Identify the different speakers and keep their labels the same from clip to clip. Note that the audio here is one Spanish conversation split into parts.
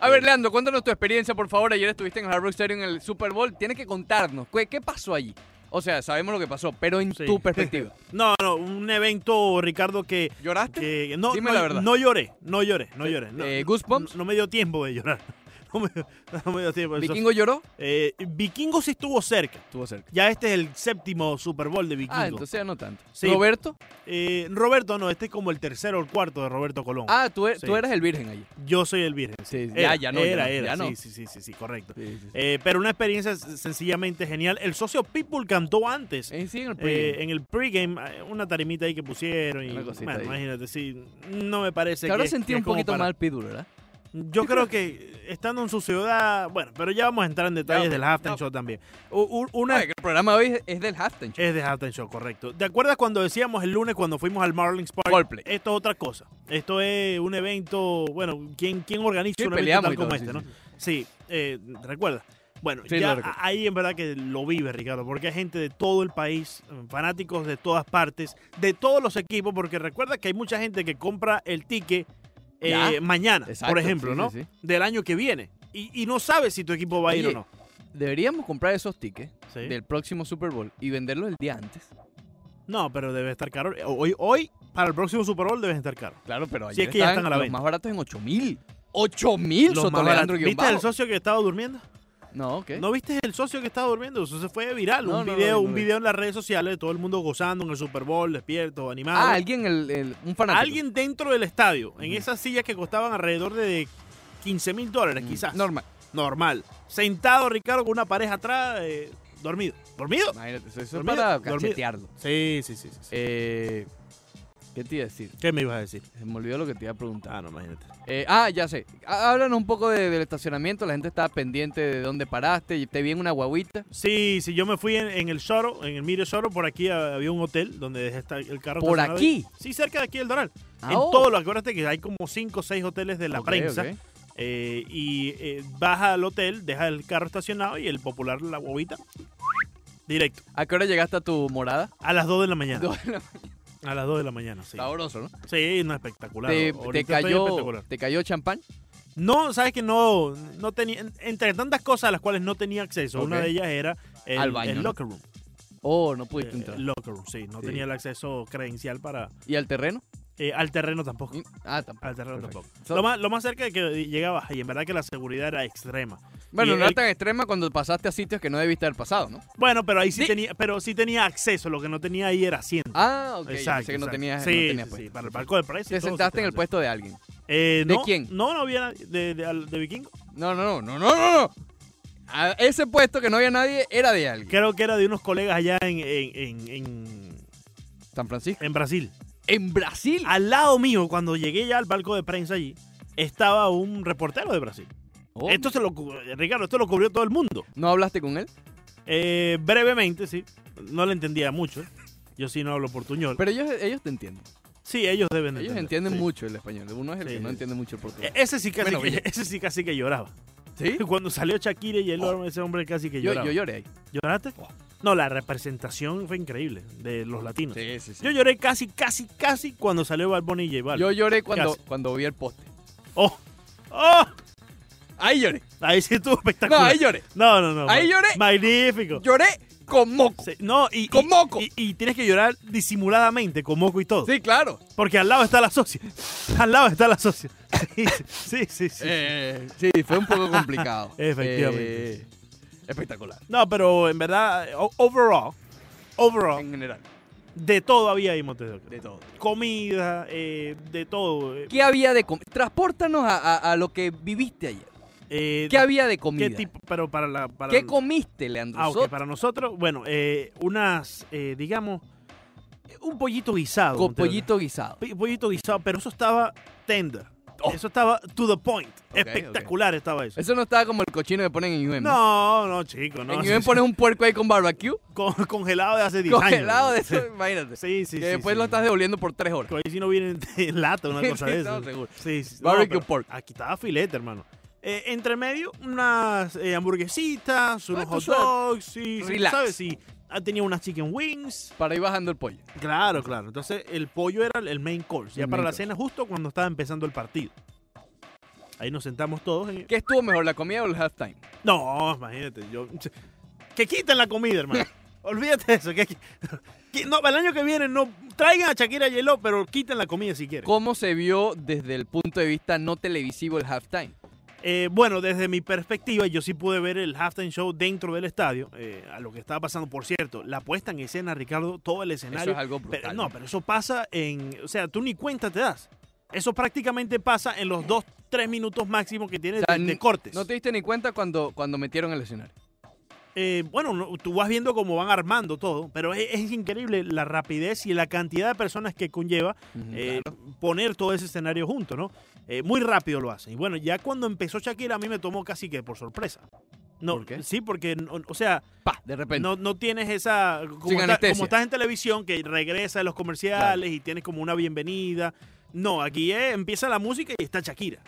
Speaker 1: A ver, Leandro, cuéntanos tu experiencia, por favor. Ayer estuviste en el Hard Rock Stadium en el Super Bowl. Tienes que contarnos, ¿qué, qué pasó allí? O sea, sabemos lo que pasó, pero en
Speaker 2: Sí.
Speaker 1: tu perspectiva.
Speaker 2: No, no, un evento, Ricardo, que...
Speaker 1: ¿Lloraste?
Speaker 2: que- no,
Speaker 1: Dime
Speaker 2: no-
Speaker 1: la verdad.
Speaker 2: No lloré, no lloré, no lloré. No,
Speaker 1: Eh, ¿Goosebumps?
Speaker 2: no me dio tiempo de llorar. No me, no me dio tiempo. Eso-
Speaker 1: ¿Vikingo lloró?
Speaker 2: Eh, Vikingo sí estuvo cerca.
Speaker 1: Estuvo cerca.
Speaker 2: Ya este es el séptimo Super Bowl de Vikingo.
Speaker 1: Ah, entonces ya no tanto.
Speaker 2: Sí.
Speaker 1: ¿Roberto?
Speaker 2: Eh, Roberto no, este es como el tercero o el cuarto de Roberto Colón.
Speaker 1: Ah, tú, e-
Speaker 2: Sí.
Speaker 1: tú eras el virgen allí.
Speaker 2: Yo soy el virgen.
Speaker 1: Sí,
Speaker 2: Era,
Speaker 1: ya, ya no. ya
Speaker 2: Era,
Speaker 1: no,
Speaker 2: era,
Speaker 1: ya no.
Speaker 2: sí, sí, sí, sí, sí, correcto.
Speaker 1: Sí, sí, sí.
Speaker 2: Eh, pero una experiencia sen- sencillamente genial. El socio Pitbull cantó antes.
Speaker 1: Eh, sí, en el
Speaker 2: eh,
Speaker 1: pre.
Speaker 2: en el pregame, eh, una tarimita ahí que pusieron y
Speaker 1: Una cosita
Speaker 2: bueno,
Speaker 1: ahí.
Speaker 2: imagínate, sí, no me parece
Speaker 1: Te habrás
Speaker 2: que- que
Speaker 1: sentido
Speaker 2: es
Speaker 1: un
Speaker 2: como
Speaker 1: poquito
Speaker 2: para-
Speaker 1: mal, Pitbull, ¿verdad?
Speaker 2: Yo creo que estando en su ciudad, bueno, pero ya vamos a entrar en detalles
Speaker 1: Ya,
Speaker 2: del halftime
Speaker 1: no.
Speaker 2: show también. U- u- una
Speaker 1: Ay, que el programa de hoy es- es del halftime. show.
Speaker 2: es de halftime show, correcto. ¿Te acuerdas cuando decíamos el lunes cuando fuimos al Marlins Park?
Speaker 1: Coldplay.
Speaker 2: Esto es otra cosa. Esto es un evento, bueno, ¿quién, quién organiza
Speaker 1: Sí,
Speaker 2: un evento
Speaker 1: peleamos
Speaker 2: tal
Speaker 1: y todo,
Speaker 2: como
Speaker 1: sí,
Speaker 2: este, no? Sí, eh, ¿te recuerdas? Bueno,
Speaker 1: Sí,
Speaker 2: ya
Speaker 1: lo recuerdo.
Speaker 2: a- ahí en verdad que lo vive, Ricardo, porque hay gente de todo el país, fanáticos de todas partes, de todos los equipos, porque recuerda que hay mucha gente que compra el ticket eh,
Speaker 1: Ya.
Speaker 2: mañana, por
Speaker 1: Exacto,
Speaker 2: ejemplo,
Speaker 1: sí,
Speaker 2: ¿no?
Speaker 1: sí, sí.
Speaker 2: Del año que viene. Y, y no sabes si tu equipo va a ir
Speaker 1: Oye,
Speaker 2: o no.
Speaker 1: Deberíamos comprar esos tickets
Speaker 2: Sí.
Speaker 1: del próximo Super Bowl y venderlos el día antes.
Speaker 2: No, pero debe estar caro. Hoy, hoy para el próximo Super Bowl deben estar caro.
Speaker 1: Claro, pero
Speaker 2: Si
Speaker 1: ayer
Speaker 2: es que ya están a la
Speaker 1: los
Speaker 2: venta.
Speaker 1: más baratos en 8 mil. 8 mil,
Speaker 2: Los
Speaker 1: Soto
Speaker 2: más baratos.
Speaker 1: Leandro guión
Speaker 2: ¿Viste
Speaker 1: bajo.
Speaker 2: el socio que estaba durmiendo?
Speaker 1: No, ¿qué?
Speaker 2: ¿No viste el socio que estaba durmiendo? Eso se fue viral.
Speaker 1: No,
Speaker 2: un
Speaker 1: no lo vi,
Speaker 2: video,
Speaker 1: no
Speaker 2: un
Speaker 1: lo vi.
Speaker 2: video en las redes sociales de todo el mundo gozando en el Super Bowl, despierto, animado.
Speaker 1: ah, alguien, el, el- un fanático.
Speaker 2: Alguien dentro del estadio, en
Speaker 1: Ujú.
Speaker 2: esas sillas que costaban alrededor de 15 mil dólares,
Speaker 1: Mm,
Speaker 2: quizás.
Speaker 1: Normal.
Speaker 2: Normal. Sentado Ricardo con una pareja atrás, eh, dormido. ¿Dormido?
Speaker 1: Imagínate, eso, eso es
Speaker 2: Dormido,
Speaker 1: para
Speaker 2: dormido.
Speaker 1: cachetearlo.
Speaker 2: Sí, sí, sí. sí, sí.
Speaker 1: Eh, ¿Qué te iba a decir?
Speaker 2: ¿Qué me ibas a decir?
Speaker 1: Se me olvidó lo que te iba a preguntar.
Speaker 2: Ah, no, imagínate.
Speaker 1: Eh, ah, ya sé. Há- Háblanos un poco de- del estacionamiento. La gente estaba pendiente de dónde paraste. y Te vi en una guaguita.
Speaker 2: Sí, sí, yo me fui en, en el Soro, en el Mire Soro, por aquí ah, había un hotel donde dejé esta- el carro.
Speaker 1: ¿Por
Speaker 2: estacionado
Speaker 1: aquí?
Speaker 2: ahí. Sí, cerca de aquí del Doral.
Speaker 1: Ah,
Speaker 2: en
Speaker 1: oh.
Speaker 2: todo lo acuérdate que hay como 5 o 6 hoteles de la
Speaker 1: Ok,
Speaker 2: prensa.
Speaker 1: ok.
Speaker 2: eh, y eh, vas al hotel, dejas el carro estacionado y el popular la huevita. Directo.
Speaker 1: ¿A qué hora llegaste a tu morada?
Speaker 2: A las 2 de la mañana.
Speaker 1: Dos de la-
Speaker 2: A las 2 de la mañana, sí.
Speaker 1: Sabroso, ¿no?
Speaker 2: Sí, no espectacular.
Speaker 1: Te-
Speaker 2: Ahorita
Speaker 1: te,
Speaker 2: estoy
Speaker 1: cayó,
Speaker 2: espectacular.
Speaker 1: ¿Te cayó champán?
Speaker 2: No, sabes que no, no tenía, entre tantas cosas a las cuales no tenía acceso, una
Speaker 1: Ok.
Speaker 2: de ellas era el,
Speaker 1: Al baño,
Speaker 2: el
Speaker 1: ¿no?
Speaker 2: locker room.
Speaker 1: Oh, no
Speaker 2: Eh,
Speaker 1: pudiste entrar.
Speaker 2: el locker room, sí, no
Speaker 1: Sí.
Speaker 2: tenía el acceso credencial para,
Speaker 1: ¿Y al terreno?
Speaker 2: Eh, al terreno tampoco.
Speaker 1: Mm, Ah, tampoco.
Speaker 2: Al terreno
Speaker 1: Perfecto.
Speaker 2: tampoco.
Speaker 1: So-
Speaker 2: Lo más, lo más cerca de que llegabas, y en verdad que la seguridad era extrema.
Speaker 1: Bueno,
Speaker 2: Y
Speaker 1: no era
Speaker 2: el-
Speaker 1: tan extrema cuando pasaste a sitios que no debiste haber pasado, ¿no?
Speaker 2: Bueno, pero ahí sí
Speaker 1: Di-
Speaker 2: tenía, pero sí tenía acceso, lo que no tenía ahí era asiento.
Speaker 1: Ah, ok.
Speaker 2: Exacto,
Speaker 1: Sé que no
Speaker 2: exacto.
Speaker 1: tenías,
Speaker 2: sí,
Speaker 1: no tenías
Speaker 2: sí, sí,
Speaker 1: puesto.
Speaker 2: para el palco del precio.
Speaker 1: Te sentaste en el puesto de alguien. ¿De quién?
Speaker 2: Eh, No, no había nadie- de, de, al- de vikingo.
Speaker 1: No, no, no, no, no, no. no. A ese puesto que no había nadie era de alguien.
Speaker 2: Creo que era de unos colegas allá en, en, en, en,
Speaker 1: San Francisco.
Speaker 2: en Brasil.
Speaker 1: En Brasil.
Speaker 2: Al lado mío, cuando llegué ya al palco de prensa allí, estaba un reportero de Brasil.
Speaker 1: Oh,
Speaker 2: Esto se lo cu- Ricardo, esto lo cubrió todo el mundo.
Speaker 1: ¿No hablaste con él?
Speaker 2: Eh, brevemente, sí. No le entendía mucho. Yo sí no hablo portuñol.
Speaker 1: Pero ellos, ellos te entienden.
Speaker 2: sí, ellos deben de
Speaker 1: Ellos
Speaker 2: entender,
Speaker 1: entienden
Speaker 2: sí.
Speaker 1: mucho el español. Uno es el
Speaker 2: Sí,
Speaker 1: que no
Speaker 2: sí.
Speaker 1: entiende mucho el
Speaker 2: E-
Speaker 1: portugués.
Speaker 2: Ese sí, casi
Speaker 1: Menos
Speaker 2: que,
Speaker 1: bien.
Speaker 2: ese sí casi que lloraba.
Speaker 1: ¿Sí? Oh.
Speaker 2: Cuando salió Shakira y el otro, ese hombre casi que
Speaker 1: Yo,
Speaker 2: eh, lloraba.
Speaker 1: yo lloré ahí.
Speaker 2: ¿Lloraste?
Speaker 1: Oh.
Speaker 2: No, la representación fue increíble de los latinos.
Speaker 1: Sí, sí, sí.
Speaker 2: Yo lloré casi, casi, casi cuando salió Bad Bunny y J Balvin.
Speaker 1: Yo lloré cuando,
Speaker 2: Casi.
Speaker 1: cuando vi el poste.
Speaker 2: ¡Oh! ¡Oh!
Speaker 1: Ahí lloré.
Speaker 2: Ahí sí estuvo
Speaker 1: No,
Speaker 2: espectacular.
Speaker 1: ahí lloré.
Speaker 2: No, no, no.
Speaker 1: Ahí
Speaker 2: ma-
Speaker 1: lloré.
Speaker 2: Magnífico.
Speaker 1: Lloré con moco.
Speaker 2: Sí, no, y,
Speaker 1: Con
Speaker 2: y-
Speaker 1: moco.
Speaker 2: Y, y tienes que llorar disimuladamente, con moco y todo.
Speaker 1: Sí, claro.
Speaker 2: Porque al lado está la socia. Al lado está la socia. Sí, sí, sí. sí.
Speaker 1: Eh, sí, fue un poco complicado.
Speaker 2: Efectivamente.
Speaker 1: Eh, espectacular.
Speaker 2: No, pero en verdad, o- overall, overall,
Speaker 1: En general,
Speaker 2: de todo había ahí en Montes de Oca.
Speaker 1: de todo.
Speaker 2: Comida, eh, de todo. eh,
Speaker 1: ¿Qué había de comida? Transpórtanos a, a- a lo que viviste ayer.
Speaker 2: eh,
Speaker 1: ¿Qué había de comida?
Speaker 2: ¿Qué tipo? Pero para la. Para
Speaker 1: ¿Qué
Speaker 2: la-
Speaker 1: comiste, Leandro
Speaker 2: Ah, ok,
Speaker 1: Soto?
Speaker 2: para nosotros, bueno, eh, unas, eh, digamos, un pollito guisado.
Speaker 1: Con
Speaker 2: Montes de Oca.
Speaker 1: pollito guisado.
Speaker 2: Pi- pollito guisado, pero eso estaba tender.
Speaker 1: Oh.
Speaker 2: Eso estaba to the point.
Speaker 1: Ok,
Speaker 2: Espectacular estaba eso.
Speaker 1: Eso no estaba como el cochino que ponen en UM.
Speaker 2: No, no, chico, no.
Speaker 1: en UM pones un puerco ahí con barbecue,
Speaker 2: Con- congelado de hace 10 años.
Speaker 1: congelado de eso, imagínate.
Speaker 2: Sí, sí, sí.
Speaker 1: que después
Speaker 2: sí.
Speaker 1: lo estás devolviendo por tres horas.
Speaker 2: Hoy sí no vienen en lata, una cosa de
Speaker 1: Sí,
Speaker 2: eso.
Speaker 1: no, seguro.
Speaker 2: Sí, sí.
Speaker 1: Barbecue
Speaker 2: pero
Speaker 1: pork.
Speaker 2: Aquí estaba filete, hermano. Eh, entre medio, unas eh, hamburguesitas, unos
Speaker 1: Ah,
Speaker 2: hot
Speaker 1: tú sabes.
Speaker 2: dogs, sí, sí,
Speaker 1: Relax.
Speaker 2: ¿sabes? Sí. Ah, tenía unas chicken wings.
Speaker 1: Para ir bajando el pollo.
Speaker 2: Claro, claro. Entonces, el pollo era el main course. Ya
Speaker 1: El
Speaker 2: para
Speaker 1: main
Speaker 2: la
Speaker 1: course.
Speaker 2: cena, justo cuando estaba empezando el partido. Ahí nos sentamos todos. en-
Speaker 1: ¿Qué estuvo mejor, la comida o el halftime?
Speaker 2: No, imagínate. Yo... Que quiten la comida, hermano. Olvídate de eso. Que... que- No, el año que viene no traigan a Shakira y a J.Lo, pero quiten la comida si quieren.
Speaker 1: ¿Cómo se vio desde el punto de vista no televisivo el halftime?
Speaker 2: Eh, bueno, desde mi perspectiva, yo sí pude ver el halftime show dentro del estadio, eh, a lo que estaba pasando. Por cierto, la puesta en escena, Ricardo, todo el
Speaker 1: Eso
Speaker 2: escenario.
Speaker 1: es algo brutal.
Speaker 2: Pero, no, pero eso pasa en. O sea, tú ni cuenta te das. Eso prácticamente pasa en los dos, tres minutos máximo que tienes
Speaker 1: O sea,
Speaker 2: de, de
Speaker 1: n-
Speaker 2: cortes.
Speaker 1: ¿No te diste ni cuenta cuando, cuando metieron el escenario?
Speaker 2: Eh, bueno, no- tú vas viendo cómo van armando todo, pero es, es increíble la rapidez y la cantidad de personas que conlleva
Speaker 1: Mm,
Speaker 2: eh, poner todo ese escenario junto, ¿no? Eh, muy rápido lo hacen. Y bueno, ya cuando empezó Shakira, a mí me tomó casi que por sorpresa. No,
Speaker 1: ¿Por qué?
Speaker 2: Sí, porque, no- o sea,
Speaker 1: Pa, de repente.
Speaker 2: no, no tienes esa. Como,
Speaker 1: Sin
Speaker 2: está-
Speaker 1: anestesia.
Speaker 2: como estás en televisión, que regresa de los comerciales y tienes como una bienvenida. No, aquí eh, empieza la música y está Shakira.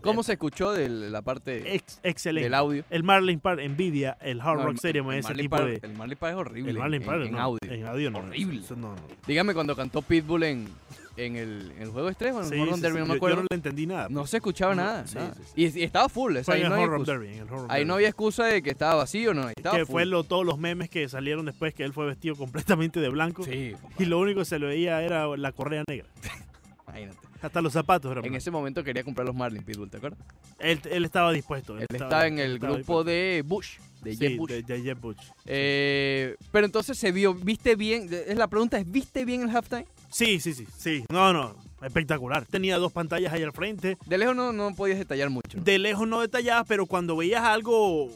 Speaker 1: ¿Cómo se escuchó de la parte
Speaker 2: Ex- excelente.
Speaker 1: del audio?
Speaker 2: El Marlin Park envidia el Hard
Speaker 1: No,
Speaker 2: Rock
Speaker 1: el-
Speaker 2: Stadium,
Speaker 1: el
Speaker 2: ese
Speaker 1: Marley
Speaker 2: tipo
Speaker 1: Park-
Speaker 2: de.
Speaker 1: El Marley Park es horrible.
Speaker 2: El Marlin
Speaker 1: en-
Speaker 2: Park,
Speaker 1: en,
Speaker 2: no,
Speaker 1: audio.
Speaker 2: En audio no.
Speaker 1: Horrible.
Speaker 2: eso no, no.
Speaker 1: Dígame cuando cantó Pitbull en, en, el, en el juego de estrés o en
Speaker 2: Sí,
Speaker 1: el Horror
Speaker 2: sí,
Speaker 1: Derby,
Speaker 2: sí,
Speaker 1: no me
Speaker 2: yo- Yo,
Speaker 1: acuerdo.
Speaker 2: no le entendí nada.
Speaker 1: no se escuchaba
Speaker 2: No,
Speaker 1: nada.
Speaker 2: sí,
Speaker 1: nada.
Speaker 2: sí, sí.
Speaker 1: Y, y estaba full, o sea,
Speaker 2: Fue
Speaker 1: ahí
Speaker 2: en el
Speaker 1: no, había
Speaker 2: Hard Rock
Speaker 1: excusa.
Speaker 2: Derby. en el Hard Rock
Speaker 1: Ahí no
Speaker 2: Derby.
Speaker 1: había excusa de que estaba vacío, no, ahí estaba
Speaker 2: Que
Speaker 1: full.
Speaker 2: fue lo- todos los memes que salieron después que él fue vestido completamente de blanco.
Speaker 1: Sí,
Speaker 2: Y lo único que se le veía era la correa negra.
Speaker 1: imagínate.
Speaker 2: Hasta los zapatos, eran
Speaker 1: En
Speaker 2: blancos.
Speaker 1: ese momento quería comprar los Marlin Pitbull, ¿te acuerdas?
Speaker 2: Él, él estaba dispuesto.
Speaker 1: Él estaba en el grupo de Bush, de Jeb Bush.
Speaker 2: De, de Jeb Bush.
Speaker 1: Eh, pero entonces se vio, ¿viste bien? Es la pregunta es, ¿viste bien el halftime?
Speaker 2: Sí, sí, sí, sí. No, no. Espectacular. Tenía dos pantallas ahí al frente.
Speaker 1: De lejos no, no podías detallar mucho. ¿no?
Speaker 2: De lejos no detalladas, pero cuando veías algo,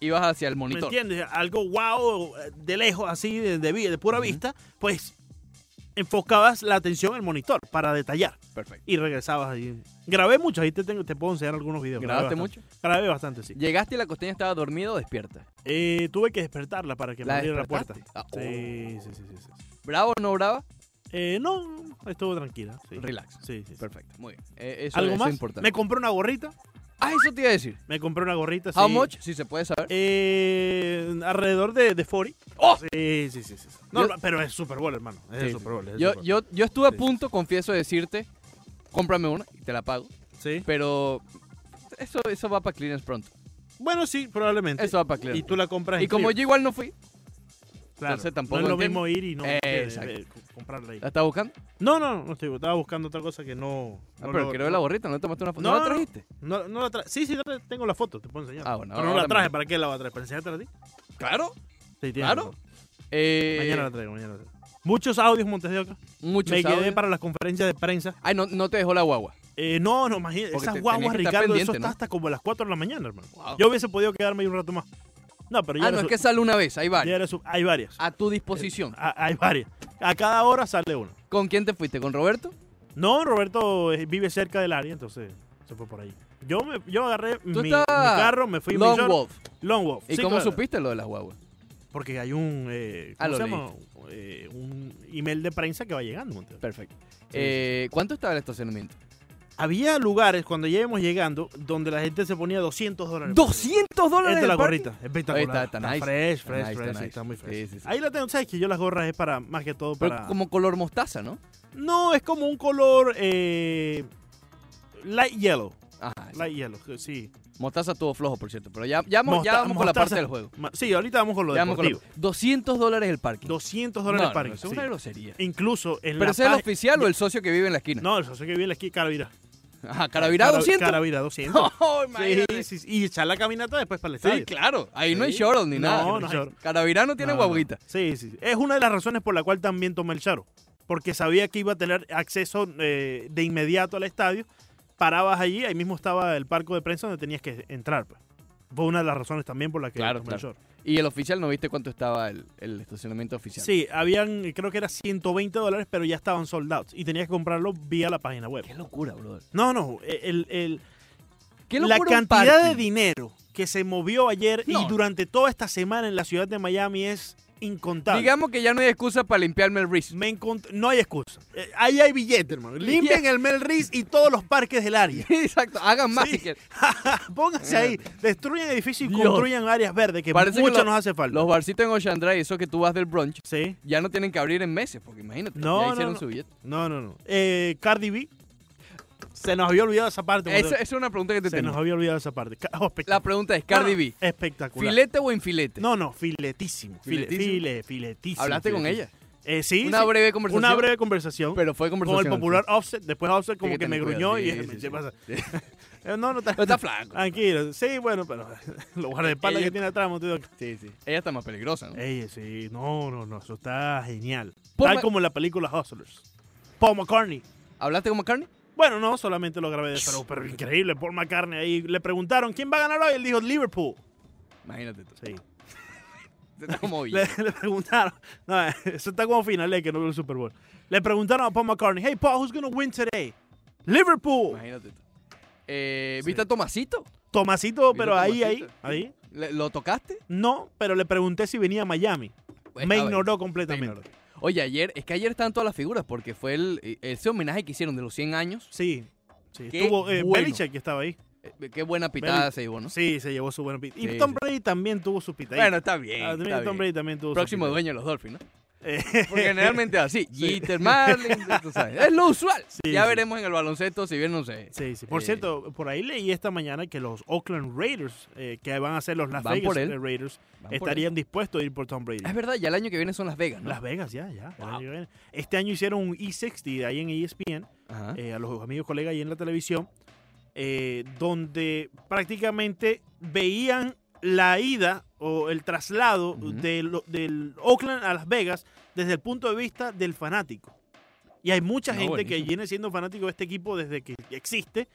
Speaker 1: Ibas hacia el
Speaker 2: ¿me
Speaker 1: monitor.
Speaker 2: entiendes? Algo wow, eh, de lejos, así, de, de, vi- de pura
Speaker 1: Ujú.
Speaker 2: vista, pues enfocabas la atención al monitor para detallar
Speaker 1: Perfecto.
Speaker 2: y regresabas ahí. Grabé mucho, ahí te, tengo, te puedo enseñar algunos videos. Grabé
Speaker 1: ¿Grabaste
Speaker 2: bastante.
Speaker 1: mucho?
Speaker 2: Grabé bastante, sí.
Speaker 1: ¿Llegaste y la costeña estaba dormida o despierta?
Speaker 2: Eh, tuve que despertarla para que me
Speaker 1: ¿La
Speaker 2: abriera la puerta.
Speaker 1: despertaste? Ah, oh.
Speaker 2: Sí, sí, sí, sí. sí.
Speaker 1: ¿Brava o no brava?
Speaker 2: Eh, no, estuvo tranquila. Sí,
Speaker 1: Relax.
Speaker 2: sí, sí, sí.
Speaker 1: Perfecto, muy bien. Eh, eso,
Speaker 2: ¿Algo
Speaker 1: eso
Speaker 2: más?
Speaker 1: es importante.
Speaker 2: Me compré una gorrita.
Speaker 1: Ah, eso te iba a decir.
Speaker 2: Me compré una gorrita.
Speaker 1: How
Speaker 2: sí.
Speaker 1: much? Si se puede saber.
Speaker 2: Eh, alrededor de, de 40.
Speaker 1: ¡Oh!
Speaker 2: Sí, sí, sí. sí. No,
Speaker 1: Yo-
Speaker 2: no, pero es Super Bowl, hermano. Es
Speaker 1: Sí,
Speaker 2: el
Speaker 1: sí.
Speaker 2: Super Bowl. es el
Speaker 1: Yo,
Speaker 2: Super Bowl.
Speaker 1: yo, yo estuve a
Speaker 2: Sí.
Speaker 1: punto, confieso, de decirte, cómprame una y te la pago.
Speaker 2: Sí.
Speaker 1: Pero eso, eso va para cleaners pronto.
Speaker 2: Bueno, sí, probablemente.
Speaker 1: Eso va para cleaners.
Speaker 2: Y tú la compras
Speaker 1: Y
Speaker 2: en
Speaker 1: como
Speaker 2: Clear.
Speaker 1: yo igual no fui,
Speaker 2: Claro,
Speaker 1: entonces tampoco
Speaker 2: No es lo
Speaker 1: entiendo.
Speaker 2: mismo ir y no
Speaker 1: Eh,
Speaker 2: eh,
Speaker 1: exacto.
Speaker 2: eh, co- comprarla ahí.
Speaker 1: ¿la estaba buscando?
Speaker 2: No, no, no estoy, estaba buscando otra cosa que no.
Speaker 1: Ah,
Speaker 2: no
Speaker 1: pero
Speaker 2: lo-
Speaker 1: quiero ver la gorrita, ¿no le tomaste una foto?
Speaker 2: No,
Speaker 1: ¿No,
Speaker 2: no,
Speaker 1: la trajiste?
Speaker 2: No, no la tra- Sí, sí, la- tengo la foto, te puedo enseñar.
Speaker 1: Ah, bueno,
Speaker 2: Pero no
Speaker 1: ahora
Speaker 2: la traje,
Speaker 1: me-
Speaker 2: ¿para qué la voy a traer? ¿Para enseñártela a ti?
Speaker 1: Claro.
Speaker 2: Sí, tienes
Speaker 1: Claro.
Speaker 2: razón.
Speaker 1: Eh,
Speaker 2: Mañana la traigo, mañana la traigo. Muchos audios, Montes de Oca.
Speaker 1: muchos
Speaker 2: Me quedé
Speaker 1: audios.
Speaker 2: para las conferencias de prensa.
Speaker 1: Ay, no, no te dejó la guagua.
Speaker 2: Eh, no, no, imagínate.
Speaker 1: Porque
Speaker 2: Esas
Speaker 1: te- tenías
Speaker 2: guaguas,
Speaker 1: que estar
Speaker 2: Ricardo, eso
Speaker 1: pendiente,
Speaker 2: está
Speaker 1: ¿no?
Speaker 2: hasta como a las 4 de la mañana, hermano.
Speaker 1: Wow.
Speaker 2: Yo hubiese podido quedarme ahí un rato más. No, pero ya
Speaker 1: ah,
Speaker 2: era
Speaker 1: no, es Ah,
Speaker 2: su-
Speaker 1: que sale una vez, ahí va.
Speaker 2: ya era su- Eh, Hay varias.
Speaker 1: A tu disposición.
Speaker 2: A- hay varias. A cada hora sale una.
Speaker 1: ¿Con quién te fuiste? ¿Con Roberto?
Speaker 2: No, Roberto eh, vive cerca del área, entonces se fue por ahí. Yo, me, yo agarré mi, mi
Speaker 1: estabas
Speaker 2: carro, me fui a
Speaker 1: Long
Speaker 2: Millón-
Speaker 1: Wolf.
Speaker 2: Long Wolf.
Speaker 1: ¿Y
Speaker 2: sí,
Speaker 1: cómo
Speaker 2: claro.
Speaker 1: supiste lo de las guaguas?
Speaker 2: Porque hay un, eh,
Speaker 1: Ah,
Speaker 2: ¿cómo se
Speaker 1: lo
Speaker 2: llama? Eh, un email de prensa que va llegando. Montes.
Speaker 1: Perfecto.
Speaker 2: sí,
Speaker 1: Eh, ¿Cuánto estaba el estacionamiento?
Speaker 2: Había lugares cuando ya íbamos llegando donde la gente se ponía 200 dólares.
Speaker 1: ¡200 dólares
Speaker 2: Esta es
Speaker 1: del
Speaker 2: la
Speaker 1: parque?
Speaker 2: gorrita, espectacular.
Speaker 1: Ahí está, está nice.
Speaker 2: fresh, fresh,
Speaker 1: Está nice,
Speaker 2: fresh,
Speaker 1: está
Speaker 2: sí,
Speaker 1: nice.
Speaker 2: está muy fresh.
Speaker 1: Sí, sí, sí.
Speaker 2: Ahí la tengo, sabes que yo las gorras es para más que todo
Speaker 1: Pero
Speaker 2: para
Speaker 1: como color mostaza, ¿no?
Speaker 2: No, es como un color eh, light yellow,
Speaker 1: Ajá. sí.
Speaker 2: light yellow, que sí.
Speaker 1: Mostaza estuvo flojo, por cierto. Pero ya, ya, vamos- ya
Speaker 2: Mosta-
Speaker 1: vamos con la
Speaker 2: mostaza.
Speaker 1: parte del juego.
Speaker 2: Ma- Sí, ahorita vamos con lo
Speaker 1: Ya vamos con la-
Speaker 2: deportivo.
Speaker 1: 200 dólares el parque.
Speaker 2: 200 dólares
Speaker 1: no,
Speaker 2: para
Speaker 1: no, eso es una grosería.
Speaker 2: Incluso en
Speaker 1: ¿Pero
Speaker 2: la
Speaker 1: ese es el
Speaker 2: pag-
Speaker 1: oficial o el socio que vive en la esquina?
Speaker 2: No, el socio que vive aquí Caravira.
Speaker 1: Ajá, Caravirá
Speaker 2: Cara-
Speaker 1: 200.
Speaker 2: Caravira 200.
Speaker 1: Oh,
Speaker 2: Sí,
Speaker 1: imagínate.
Speaker 2: sí, sí, y echar la caminata después para el
Speaker 1: Sí,
Speaker 2: estadio.
Speaker 1: claro. Ahí no hay
Speaker 2: Sí.
Speaker 1: short ni
Speaker 2: No,
Speaker 1: nada.
Speaker 2: no hay short.
Speaker 1: Caravirá no tiene
Speaker 2: No, no.
Speaker 1: guaguita.
Speaker 2: Sí, sí. sí. Es una de las razones por la cual también tomé el Charo. Porque sabía que iba a tener acceso eh, de inmediato al estadio. Parabas allí, ahí mismo estaba el parco de prensa donde tenías que entrar. pues. Fue una de las razones también por la que
Speaker 1: Claro,
Speaker 2: tomé
Speaker 1: claro.
Speaker 2: el Charo.
Speaker 1: Y el oficial, ¿no viste cuánto estaba el, el estacionamiento oficial?
Speaker 2: Sí, habían, creo que era 120 dólares, pero ya estaban sold out. Y tenías que comprarlo vía la página web.
Speaker 1: Qué locura, brother.
Speaker 2: No, no, e-, el- el,
Speaker 1: Qué
Speaker 2: la
Speaker 1: locura un
Speaker 2: cantidad de
Speaker 1: parking.
Speaker 2: dinero que se movió ayer
Speaker 1: No.
Speaker 2: y durante toda esta semana en la ciudad de Miami es incontable.
Speaker 1: Digamos que ya no hay excusa para limpiarme el wrist.
Speaker 2: Me encont- no hay excusa. Eh, ahí hay billete, hermano. Limpian el Mel Riz y todos los parques del área.
Speaker 1: Exacto, hagan más si
Speaker 2: Sí.
Speaker 1: quieren.
Speaker 2: Pónganse ahí, destruyan edificios y
Speaker 1: Dios.
Speaker 2: construyan áreas verdes que
Speaker 1: Parece que
Speaker 2: mucho
Speaker 1: lo-
Speaker 2: nos hace falta.
Speaker 1: Los barcitos en Ocean Drive, eso que tú vas del brunch,
Speaker 2: Sí,
Speaker 1: ya no tienen que abrir en meses, porque imagínate,
Speaker 2: No,
Speaker 1: ya
Speaker 2: no,
Speaker 1: hicieron
Speaker 2: no.
Speaker 1: su billete.
Speaker 2: no, no, no. Eh, Cardi B Se nos había olvidado esa parte.
Speaker 1: Esa,
Speaker 2: boludo.
Speaker 1: esa es una pregunta que te
Speaker 2: Se nos
Speaker 1: tengo.
Speaker 2: había olvidado esa parte. Ca- oh, espectacular.
Speaker 1: La pregunta es, Cardi B,
Speaker 2: Espectacular.
Speaker 1: ¿filete o infilete?
Speaker 2: No, no, filetísimo. File,
Speaker 1: Filetísimo.
Speaker 2: file- filetísimo.
Speaker 1: ¿Hablaste con
Speaker 2: filetísimo.
Speaker 1: ella?
Speaker 2: Eh, sí.
Speaker 1: Una
Speaker 2: sí.
Speaker 1: breve conversación.
Speaker 2: Una breve conversación.
Speaker 1: Pero fue
Speaker 2: con
Speaker 1: conversación.
Speaker 2: el popular Offset. Después Offset como
Speaker 1: Sí,
Speaker 2: que me
Speaker 1: ten
Speaker 2: gruñó y
Speaker 1: cuidado.
Speaker 2: dije,
Speaker 1: Sí, sí,
Speaker 2: ¿qué
Speaker 1: sí.
Speaker 2: pasa? Eh, No, no está.
Speaker 1: Pero está flaco.
Speaker 2: Ah. Tranquilo. Sí, bueno, pero los guardaespaldas
Speaker 1: Ella-
Speaker 2: que tiene atrás, monstruo.
Speaker 1: Sí, sí. Ella está más peligrosa, ¿no?
Speaker 2: Ey, sí, no, no, no, eso está genial.
Speaker 1: Paul
Speaker 2: Tal
Speaker 1: Ma-
Speaker 2: como en la película Hustlers. Paul McCartney.
Speaker 1: ¿Hablaste con McCartney?
Speaker 2: Bueno, no, solamente lo grabé de pero, pero increíble, Paul McCartney ahí. Le preguntaron, ¿quién va a ganar hoy? Él dijo, Liverpool.
Speaker 1: Imagínate tú.
Speaker 2: Sí.
Speaker 1: Te está como
Speaker 2: Le,
Speaker 1: bien.
Speaker 2: le preguntaron, no, eso está como final, eh, que no vio el Super Bowl. Le preguntaron a Paul McCartney, hey, Paul, who's gonna win today? Liverpool.
Speaker 1: Imagínate tú. Eh,
Speaker 2: Sí.
Speaker 1: ¿Viste a Tomasito?
Speaker 2: Tomacito,
Speaker 1: Mira,
Speaker 2: pero ahí, ahí,
Speaker 1: Tomasito.
Speaker 2: ahí.
Speaker 1: ¿Le- ¿Lo tocaste?
Speaker 2: No, pero le pregunté si venía a Miami. Me
Speaker 1: Pues, Estaba ahí.
Speaker 2: ignoró completamente.
Speaker 1: ignoró. Oye, ayer, es que ayer estaban todas las figuras porque fue el, e, ese homenaje que hicieron de los 100 años.
Speaker 2: Sí, sí.
Speaker 1: Qué
Speaker 2: Estuvo eh,
Speaker 1: bueno.
Speaker 2: Belichick que estaba ahí.
Speaker 1: Eh, Qué buena pitada se llevó, ¿no?
Speaker 2: Sí, se llevó su buena pita. Y
Speaker 1: Sí,
Speaker 2: Tom
Speaker 1: sí.
Speaker 2: Brady también tuvo su pita. ahí.
Speaker 1: Bueno, está bien.
Speaker 2: Ah,
Speaker 1: está
Speaker 2: también Tom
Speaker 1: bien.
Speaker 2: Brady también tuvo
Speaker 1: Próximo
Speaker 2: su pita.
Speaker 1: dueño de los Dolphins, ¿no?
Speaker 2: Eh,
Speaker 1: Porque generalmente es así. Jeter, Marlin, tú sabes. Es lo usual.
Speaker 2: Sí,
Speaker 1: ya
Speaker 2: sí.
Speaker 1: veremos en el baloncesto si bien, no sé.
Speaker 2: sí, sí. Por
Speaker 1: Eh.
Speaker 2: cierto, por ahí leí esta mañana que los Oakland Raiders, eh, que van a ser los Las
Speaker 1: Van
Speaker 2: Vegas
Speaker 1: por él.
Speaker 2: eh, Raiders,
Speaker 1: Van por
Speaker 2: estarían dispuestos a ir por Tom Brady.
Speaker 1: ahí. Es verdad, ya el año que viene son Las Vegas, ¿no?
Speaker 2: Las Vegas, ya, ya.
Speaker 1: Wow.
Speaker 2: Este año hicieron un E60 ahí en E ESPN,
Speaker 1: Ajá.
Speaker 2: eh, a los amigos colegas ahí en la televisión, eh, donde prácticamente veían la ida o el traslado
Speaker 1: Ujú.
Speaker 2: de lo- del Oakland a Las Vegas desde el punto de vista del fanático. Y hay mucha
Speaker 1: No,
Speaker 2: gente que
Speaker 1: buenísimo.
Speaker 2: viene siendo fanático de este equipo desde que existe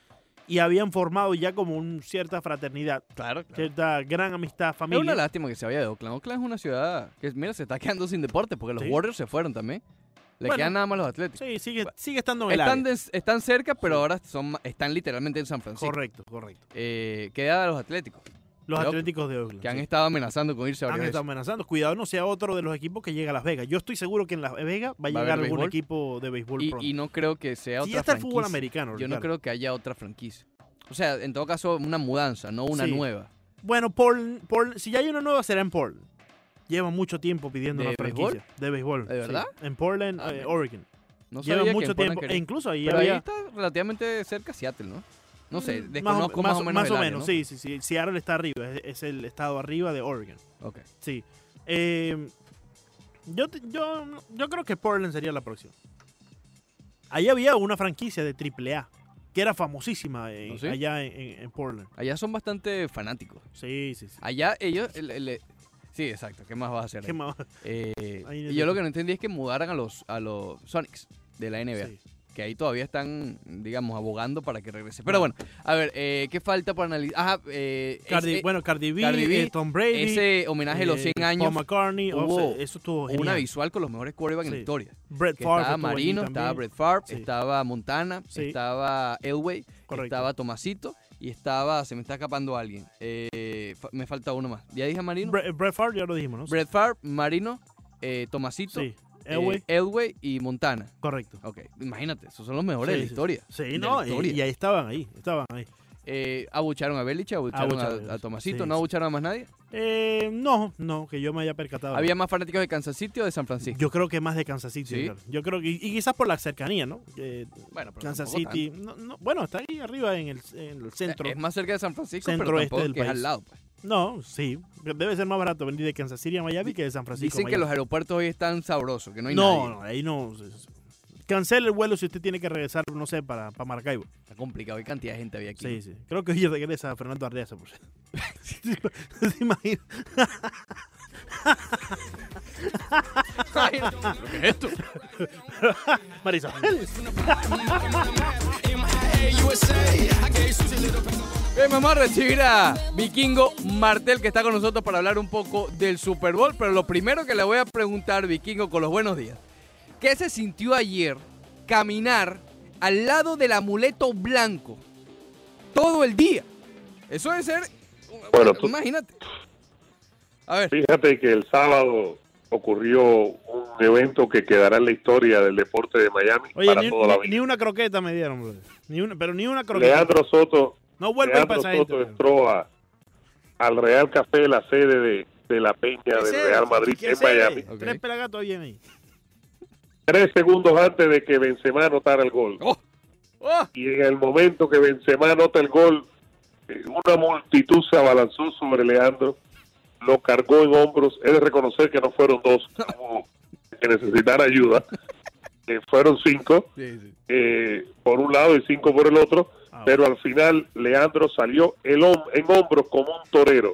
Speaker 2: y habían formado ya como una cierta fraternidad,
Speaker 1: claro, claro.
Speaker 2: cierta gran amistad,
Speaker 1: Es una
Speaker 2: familia.
Speaker 1: lástima que se vaya de Oakland. Oakland es una ciudad que, mira, se está quedando sin deporte porque los
Speaker 2: Sí.
Speaker 1: Warriors se fueron también. Le
Speaker 2: Bueno,
Speaker 1: quedan nada más los Atléticos.
Speaker 2: Sí, sigue, sigue estando en el
Speaker 1: están,
Speaker 2: área.
Speaker 1: des- están cerca, pero
Speaker 2: Sí.
Speaker 1: ahora son, ma- están literalmente en San Francisco.
Speaker 2: Correcto, correcto.
Speaker 1: Eh, queda a los Atléticos,
Speaker 2: Los
Speaker 1: De Oakland.
Speaker 2: Atléticos de Oakland.
Speaker 1: que han
Speaker 2: sí.
Speaker 1: estado amenazando con irse a
Speaker 2: Han estado amenazando. Cuidado, no sea otro de los equipos que llega a Las Vegas. Yo estoy seguro que en Las Vegas va a
Speaker 1: ¿Va a
Speaker 2: llegar
Speaker 1: haber
Speaker 2: algún
Speaker 1: béisbol?
Speaker 2: equipo de béisbol
Speaker 1: y,
Speaker 2: pronto.
Speaker 1: y no creo que sea
Speaker 2: Sí,
Speaker 1: otra
Speaker 2: ya está el
Speaker 1: franquicia.
Speaker 2: fútbol americano.
Speaker 1: Yo no
Speaker 2: Ricardo.
Speaker 1: creo que haya otra franquicia. O sea, en todo caso, una mudanza, no una
Speaker 2: Sí.
Speaker 1: nueva.
Speaker 2: Bueno, Paul, Paul- si ya hay una nueva, será en Portland. Lleva mucho tiempo pidiendo
Speaker 1: ¿De
Speaker 2: una franquicia de béisbol.
Speaker 1: ¿De
Speaker 2: sí.
Speaker 1: verdad?
Speaker 2: En Portland,
Speaker 1: Ah,
Speaker 2: eh,
Speaker 1: mira.
Speaker 2: Oregon.
Speaker 1: No
Speaker 2: Lleva
Speaker 1: sabía que
Speaker 2: mucho
Speaker 1: en Portland
Speaker 2: tiempo.
Speaker 1: quería-
Speaker 2: E incluso ahí
Speaker 1: Pero
Speaker 2: había.
Speaker 1: ahí está relativamente cerca Seattle, ¿no? No sé,
Speaker 2: Mm,
Speaker 1: desconozco más, o menos.
Speaker 2: Más
Speaker 1: el
Speaker 2: o
Speaker 1: área,
Speaker 2: menos,
Speaker 1: ¿no?
Speaker 2: sí, sí, sí. Seattle está arriba, es, es el estado arriba de Oregon.
Speaker 1: Ok.
Speaker 2: Sí. Eh, yo, te- yo, yo creo que Portland sería la próxima. Ahí había una franquicia de AAA que era famosísima en-
Speaker 1: ¿Oh, sí?
Speaker 2: allá en, en- en Portland.
Speaker 1: Allá son bastante fanáticos.
Speaker 2: Sí, sí, sí.
Speaker 1: Allá ellos. el- el- sí, exacto. ¿Qué más vas a hacer?
Speaker 2: ¿Qué
Speaker 1: ahí?
Speaker 2: más?
Speaker 1: Eh,
Speaker 2: Ahí no
Speaker 1: y yo
Speaker 2: te-
Speaker 1: lo que no entendí es que mudaran a los, a los Sonics de la NBA.
Speaker 2: Sí.
Speaker 1: Que ahí todavía están, digamos, abogando para que
Speaker 2: Ah.
Speaker 1: regrese. Pero bueno, a ver, eh, ¿qué falta para analizar? Ajá, eh,
Speaker 2: Cardi-
Speaker 1: ese,
Speaker 2: bueno, Cardi B,
Speaker 1: Cardi B,
Speaker 2: eh, Tom Brady,
Speaker 1: ese homenaje a los
Speaker 2: eh,
Speaker 1: 100 años.
Speaker 2: Paul McCartney,
Speaker 1: hubo
Speaker 2: Offset, eso estuvo
Speaker 1: Una
Speaker 2: Oh, genial.
Speaker 1: visual con los mejores quarterbacks en la
Speaker 2: Sí.
Speaker 1: historia.
Speaker 2: Brett
Speaker 1: Que
Speaker 2: Favre
Speaker 1: estaba
Speaker 2: estuvo allí
Speaker 1: Marino, estaba
Speaker 2: también.
Speaker 1: Brett Favre,
Speaker 2: Sí.
Speaker 1: estaba Montana,
Speaker 2: Sí.
Speaker 1: estaba Elway,
Speaker 2: Correcto.
Speaker 1: estaba Tomasito y estaba, se me está escapando alguien. Eh, fa- me falta uno más. Ya dije Marino.
Speaker 2: Bre- Brett Favre, ya lo dijimos, ¿no?
Speaker 1: Brett Favre, Marino, eh, Tomasito,
Speaker 2: sí.
Speaker 1: eh,
Speaker 2: Elway,
Speaker 1: Elway y Montana.
Speaker 2: correcto.
Speaker 1: Ok, imagínate, esos son los mejores de
Speaker 2: Sí,
Speaker 1: la
Speaker 2: sí,
Speaker 1: historia.
Speaker 2: Sí,
Speaker 1: de
Speaker 2: no,
Speaker 1: la
Speaker 2: y-
Speaker 1: historia.
Speaker 2: y ahí estaban, ahí, estaban ahí.
Speaker 1: Eh, abucharon a Belichick, abucharon,
Speaker 2: Abucharon,
Speaker 1: a, a Tomasito,
Speaker 2: sí,
Speaker 1: no
Speaker 2: sí.
Speaker 1: abucharon a más nadie.
Speaker 2: Eh, no, no, que yo me haya percatado.
Speaker 1: Había más fanáticos de Kansas City o de San Francisco.
Speaker 2: Yo creo que más de Kansas City.
Speaker 1: Sí.
Speaker 2: claro. Yo creo que, y quizás por la cercanía, ¿no? Eh,
Speaker 1: Bueno, pero
Speaker 2: Kansas
Speaker 1: tampoco
Speaker 2: City. no- no, bueno, está ahí arriba en el, en el
Speaker 1: tanto.
Speaker 2: centro.
Speaker 1: Es más cerca de San Francisco, pero
Speaker 2: Centro-este
Speaker 1: tampoco
Speaker 2: del
Speaker 1: que es
Speaker 2: país.
Speaker 1: al lado. pues.
Speaker 2: No, sí. Debe ser más barato venir de Kansas City a Miami que de San Francisco. a
Speaker 1: Dicen que los
Speaker 2: Miami.
Speaker 1: aeropuertos hoy están sabrosos, que no hay
Speaker 2: no,
Speaker 1: nadie.
Speaker 2: no, ahí no. Cancela el vuelo si usted tiene que regresar, no sé, para, para Maracaibo.
Speaker 1: Está complicado, hay cantidad de gente había aquí.
Speaker 2: Sí, sí. Creo que hoy regresa Fernando Ardeza, por cierto. ¿Se imagina?
Speaker 1: Ay, ¿Lo que es esto?
Speaker 2: Marisabel.
Speaker 1: Bien, vamos a recibir a Vikingo Martel que está con nosotros para hablar un poco del Super Bowl. Pero lo primero que le voy a preguntar, Vikingo, con los buenos días. ¿Qué se sintió ayer caminar al lado del amuleto blanco todo el día? Eso debe ser...
Speaker 3: Bueno, tú-
Speaker 1: Imagínate. A ver,
Speaker 3: Fíjate que el sábado ocurrió un evento que quedará en la historia del deporte de Miami
Speaker 2: Oye,
Speaker 3: para
Speaker 2: ni,
Speaker 3: toda la
Speaker 2: ni-
Speaker 3: vida.
Speaker 2: ni una croqueta me dieron, brother. Ni una, pero ni una croqueta.
Speaker 3: Leandro Soto,
Speaker 2: no vuelve a ir para
Speaker 3: Leandro
Speaker 2: esa
Speaker 3: Soto
Speaker 2: gente.
Speaker 3: entró a- al Real Café, la sede de, de la Peña del Real Madrid en Miami,
Speaker 1: Ok.
Speaker 2: eh, Tres pelagatos ahí vienen ahí.
Speaker 3: tres segundos antes de que Benzema anotara el gol.
Speaker 1: Oh, ¡Oh!
Speaker 3: y en el momento que Benzema anota el gol, eh, una multitud se abalanzó sobre Leandro, lo cargó en hombros, es de reconocer que no fueron dos, como que necesitar ayuda, Eh, fueron cinco,
Speaker 1: Sí, sí.
Speaker 3: eh, por un lado y cinco por el otro,
Speaker 2: Ah,
Speaker 3: pero al final Leandro salió el hom- en hombros como un torero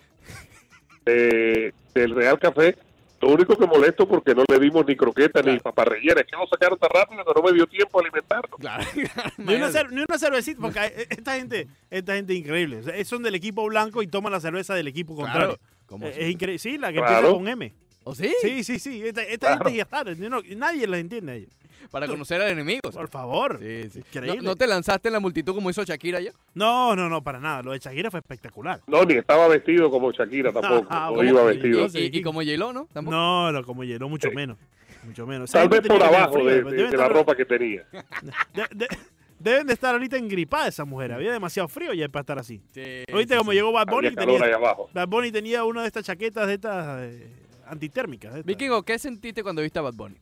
Speaker 3: eh, del Real Café. Lo único que molesto porque no le dimos ni croqueta ni paparrellera, es que lo sacaron tan rápido que no me dio tiempo a alimentarlo.
Speaker 1: Claro.
Speaker 2: Ni una,
Speaker 1: imagínate.
Speaker 2: cer- ni una cervecita, porque eh, esta gente, esta gente increíble. O sea, eh, son del equipo blanco y toman la cerveza del equipo
Speaker 1: Claro.
Speaker 2: contrario.
Speaker 1: ¿Cómo
Speaker 2: Eh,
Speaker 1: así?
Speaker 2: es increíble. Sí, la que
Speaker 3: Claro.
Speaker 2: empieza con M.
Speaker 1: ¿O ¿Oh, sí?
Speaker 2: Sí, sí, sí. Esta, esta
Speaker 3: Claro.
Speaker 2: gente ya está. no- nadie la entiende a ellos.
Speaker 1: Para conocer al enemigo.
Speaker 2: Por favor.
Speaker 1: Sí, sí.
Speaker 2: Increíble.
Speaker 1: ¿No, no te lanzaste en la multitud como hizo Shakira ya?
Speaker 2: No, no, no, para nada. Lo de Shakira fue espectacular.
Speaker 3: No, ni estaba vestido como Shakira tampoco,
Speaker 2: Ah,
Speaker 3: no
Speaker 2: bueno,
Speaker 3: iba
Speaker 2: sí,
Speaker 1: Y,
Speaker 3: vestido.
Speaker 2: no sé.
Speaker 1: y- y como Yeló, ¿no? Tampoco.
Speaker 2: No, no, como hielo, mucho menos. Mucho menos.
Speaker 3: Tal
Speaker 2: Esa
Speaker 3: vez
Speaker 2: gente
Speaker 3: por
Speaker 2: tiene que tener
Speaker 3: abajo
Speaker 2: frío,
Speaker 3: de,
Speaker 2: pero
Speaker 3: de-
Speaker 2: deben
Speaker 3: de la
Speaker 2: estar-
Speaker 3: ropa que tenía.
Speaker 2: de- de- deben de estar ahorita engripadas esa mujer. Había demasiado frío ya para estar así.
Speaker 1: Sí,
Speaker 2: Oíste
Speaker 1: sí,
Speaker 2: como
Speaker 1: sí.
Speaker 2: llegó Bad Bunny
Speaker 3: Había
Speaker 2: y
Speaker 3: calor
Speaker 2: tenía,
Speaker 3: ahí abajo.
Speaker 2: Bad Bunny tenía una de estas chaquetas de estas eh, antitérmicas. de estas.
Speaker 1: Vikingo, ¿qué sentiste cuando viste a Bad Bunny?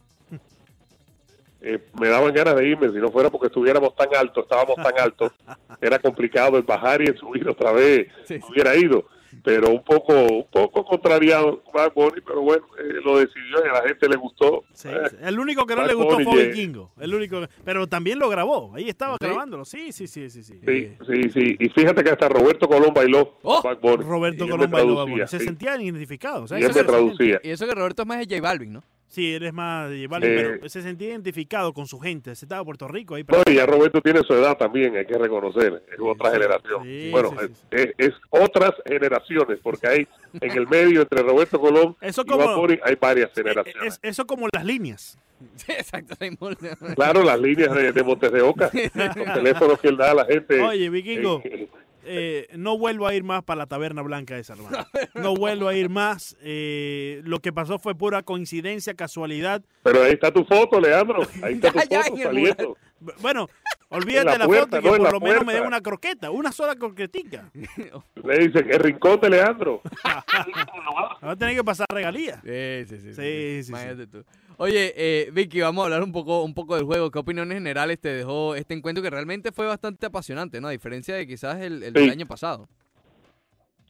Speaker 3: Eh, me daban ganas de irme, si no fuera porque estuviéramos tan alto, estábamos tan altos, era complicado el bajar y el subir otra vez,
Speaker 1: Sí, sí.
Speaker 3: hubiera ido, pero un poco, un poco contrariado Bad Bunny, pero bueno, eh, lo decidió y a la gente le gustó.
Speaker 2: Sí,
Speaker 3: Eh,
Speaker 2: sí. El único que no
Speaker 3: Bad
Speaker 2: le gustó
Speaker 3: Bunny
Speaker 2: fue
Speaker 3: llega.
Speaker 2: Vikingo. El único, que- pero también lo grabó. Ahí estaba
Speaker 1: ¿Sí?
Speaker 2: grabándolo. Sí, sí, sí, sí, eh. sí.
Speaker 3: Sí, sí, sí, y fíjate que hasta Roberto Colón bailó
Speaker 1: Oh,
Speaker 3: Bad Bunny.
Speaker 2: Roberto
Speaker 3: Y él me
Speaker 2: Colomba y Bad Bunny.
Speaker 3: traducía,
Speaker 2: Se
Speaker 3: sí,
Speaker 2: sentían identificados. o sea,
Speaker 3: y él
Speaker 2: eso
Speaker 3: me
Speaker 2: se siente.
Speaker 3: traducía.
Speaker 1: Y eso que Roberto es más de J Balvin, ¿no?
Speaker 2: Sí, eres más de J Balvin,
Speaker 3: Eh,
Speaker 2: pero se sentía identificado con su gente. Se estaba Puerto Rico ahí. eh,
Speaker 3: No, y ya Roberto tiene su edad también, hay que reconocer, es otra
Speaker 2: sí,
Speaker 3: generación.
Speaker 2: sí,
Speaker 3: bueno,
Speaker 2: sí, sí,
Speaker 3: Es, es otras generaciones, porque hay en el medio entre Roberto Colón
Speaker 2: Eso
Speaker 3: y
Speaker 2: como- Eh,
Speaker 3: Bad Bunny, hay varias generaciones.
Speaker 2: Es- eso como las líneas.
Speaker 1: Sí, exacto. la inmortal.
Speaker 3: Claro, las líneas de, de Montes de Oca, los teléfonos que él da a la gente.
Speaker 2: Oye, Vikingo,
Speaker 3: Eh,
Speaker 2: eh, no vuelvo a ir más para la taberna blanca de hermano. No vuelvo a ir más. eh, lo que pasó fue pura coincidencia, casualidad.
Speaker 3: pero ahí está tu foto, Leandro. Ahí está tu
Speaker 1: Ya, ya,
Speaker 3: foto
Speaker 1: en el
Speaker 3: saliendo.
Speaker 2: B- Bueno, olvídate
Speaker 3: la
Speaker 2: de la
Speaker 3: puerta,
Speaker 2: foto y
Speaker 3: no,
Speaker 2: que
Speaker 3: en
Speaker 2: por lo
Speaker 3: la
Speaker 2: menos me dé
Speaker 3: puerta.
Speaker 2: una croqueta, una sola croquetica.
Speaker 3: Le dicen, el rincón de Leandro.
Speaker 2: Me Va a tener que pasar regalía.
Speaker 1: Sí, sí, sí.
Speaker 2: Sí, sí, sí.
Speaker 1: Imagínate tú. Oye, eh, Vicky, vamos a hablar un poco, un poco del juego. ¿Qué opiniones generales te dejó este encuentro que realmente fue bastante apasionante, ¿no? A diferencia de quizás el, el
Speaker 3: Sí.
Speaker 1: del año pasado.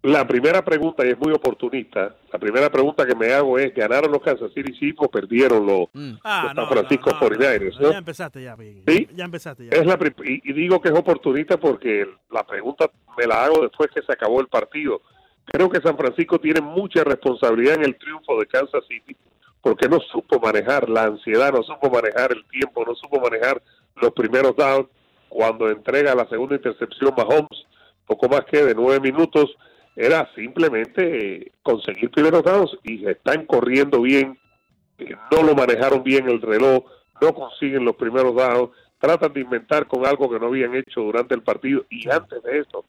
Speaker 3: La primera pregunta, y es muy oportunista, la primera pregunta que me hago es, ¿ganaron los Kansas City Chiefs o perdieron los,
Speaker 1: Mm.
Speaker 2: Ah,
Speaker 3: San Francisco 49ers, ¿no?
Speaker 2: Ya empezaste ya, Vikingo.
Speaker 3: ¿Sí? ¿Eh?
Speaker 2: Ya empezaste ya.
Speaker 3: Es la pri- y, y digo que es oportunista porque la pregunta me la hago después que se acabó el partido. Creo que San Francisco tiene mucha responsabilidad en el triunfo de Kansas City porque no supo manejar la ansiedad, no supo manejar el tiempo, no supo manejar los primeros downs cuando entrega la segunda intercepción Mahomes, poco más que de nueve minutos, era simplemente eh, conseguir primeros downs y están corriendo bien, eh, no lo manejaron bien el reloj, no consiguen los primeros downs, tratan de inventar con algo que no habían hecho durante el partido y antes de eso,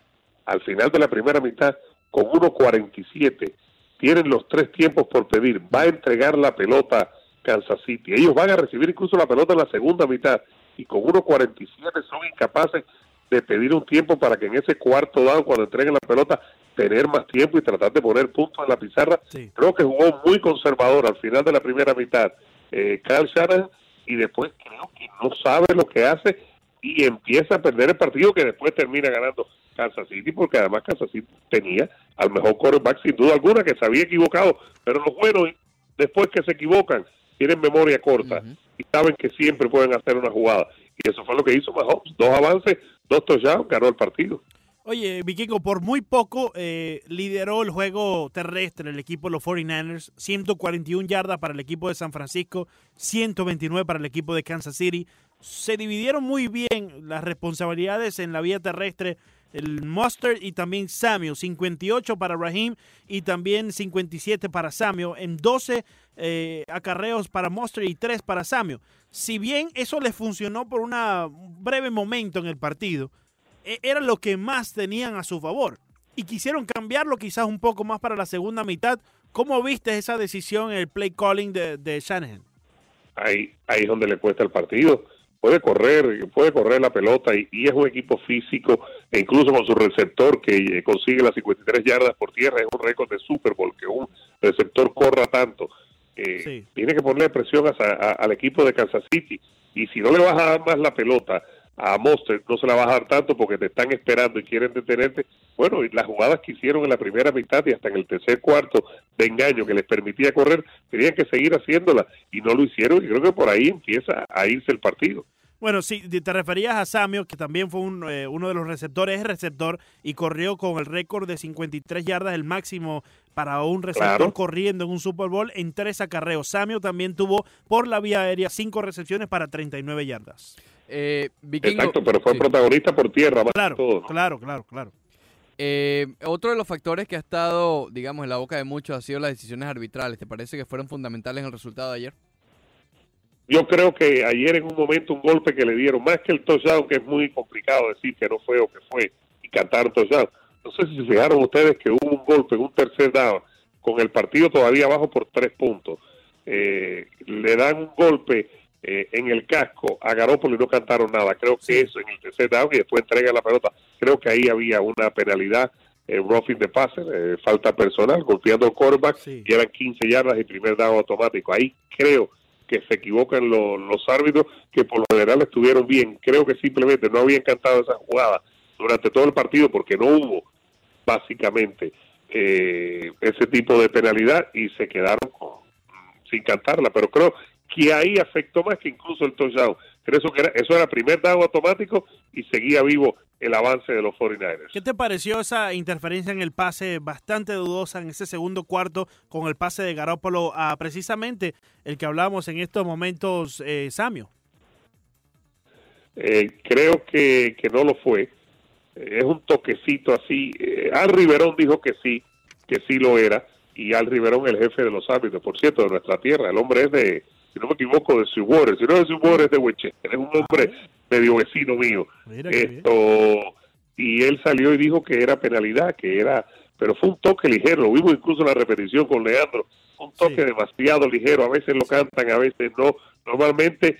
Speaker 3: al final de la primera mitad, con 1.47, tienen los tres tiempos por pedir, va a entregar la pelota Kansas City, ellos van a recibir incluso la pelota en la segunda mitad y con 1.47 son incapaces de pedir un tiempo para que en ese cuarto down, cuando entreguen la pelota, tener más tiempo y tratar de poner puntos en la pizarra
Speaker 2: Sí.
Speaker 3: creo que jugó muy conservador al final de la primera mitad eh, Carl Shanahan y después creo que no sabe lo que hace y empieza a perder el partido que después termina ganando Kansas City porque además Kansas City tenía al mejor quarterback sin duda alguna que se había equivocado pero los buenos después que se equivocan tienen memoria corta
Speaker 1: Ujú.
Speaker 3: y saben que siempre pueden hacer una jugada y eso fue lo que hizo Mahomes dos avances dos touchdowns ganó el partido
Speaker 2: Oye, Vikingo, por muy poco eh, lideró el juego terrestre el equipo de los 49ers. 141 yardas para el equipo de San Francisco, 129 para el equipo de Kansas City. Se dividieron muy bien las responsabilidades en la vía terrestre. El Mustard y también Samuel, 58 para Raheem y también 57 para Samuel, en 12 eh, acarreos para Mustard y 3 para Samuel. Si bien eso les funcionó por una- un breve momento en el partido, e- era lo que más tenían a su favor. Y quisieron cambiarlo quizás un poco más para la segunda mitad. ¿Cómo viste esa decisión en el play calling de, de Shanahan?
Speaker 3: ahí, ahí es donde le cuesta el partido. Puede correr, puede correr la pelota y, y es un equipo físico, e incluso con su receptor que eh, consigue las 53 yardas por tierra, es un récord de Super Bowl que un receptor corra tanto. Eh,
Speaker 2: Sí.
Speaker 3: Tiene que ponerle presión a- a- al equipo de Kansas City y si no le vas a dar más la pelota a Monster, no se la vas a dar tanto porque te están esperando y quieren detenerte. Bueno, y las jugadas que hicieron en la primera mitad y hasta en el tercer cuarto de engaño que les permitía correr, tenían que seguir haciéndolas y no lo hicieron y creo que por ahí empieza a irse el partido.
Speaker 2: Bueno, sí, te referías a Samio, que también fue un, eh, uno de los receptores, es receptor, y corrió con el récord de 53 yardas, el máximo para un receptor claro. corriendo en un Super Bowl en tres acarreos. Samio también tuvo por la vía aérea cinco recepciones para 39 yardas.
Speaker 1: Eh,
Speaker 3: Exacto, pero fue sí. protagonista por tierra. Más
Speaker 2: claro,
Speaker 3: todo.
Speaker 2: claro, claro, claro.
Speaker 1: Eh, otro de los factores que ha estado, digamos, en la boca de muchos ha sido las decisiones arbitrales. ¿Te parece que fueron fundamentales en el resultado de ayer?
Speaker 3: Yo creo que ayer en un momento un golpe que le dieron, más que el touchdown, que es muy complicado decir que no fue o que fue, y cantar touchdown. No sé si se fijaron ustedes que hubo un golpe en un tercer down, con el partido todavía abajo por tres puntos. Eh, le dan un golpe eh, en el casco a Garópolo y no cantaron nada. Creo que eso en el tercer down y después entrega la pelota. Creo que ahí había una penalidad, eh, roughing de passer, eh, falta personal, golpeando el quarterback, sí. y eran 15 yardas y primer down automático. Ahí creo que se equivocan lo, los árbitros, que por lo general estuvieron bien. Creo que simplemente no habían cantado esa jugada durante todo el partido porque no hubo, básicamente, eh, ese tipo de penalidad y se quedaron con, sin cantarla. Pero creo que ahí afectó más que incluso el touchdown. Creo eso, que era, eso era primer down automático y seguía vivo el avance de los 49ers.
Speaker 2: ¿Qué te pareció esa interferencia en el pase bastante dudosa en ese segundo cuarto con el pase de Garópolo a precisamente el que hablábamos en estos momentos, eh, Samio?
Speaker 3: Eh, creo que, que, no lo fue. Eh, es un toquecito así. Eh, Al Riverón dijo que sí, que sí lo era. Y Al Riverón, el jefe de los árbitros, por cierto, de nuestra tierra. El hombre es de, si no me equivoco, de Sweetwater. Si no es de Sweetwater, es de Winchester. Es un hombre medio vecino mío. Mira Esto y él salió y dijo que era penalidad, que era, pero fue un toque ligero, lo vimos incluso en la repetición con Leandro, un toque sí. demasiado ligero, a veces lo cantan, a veces no. Normalmente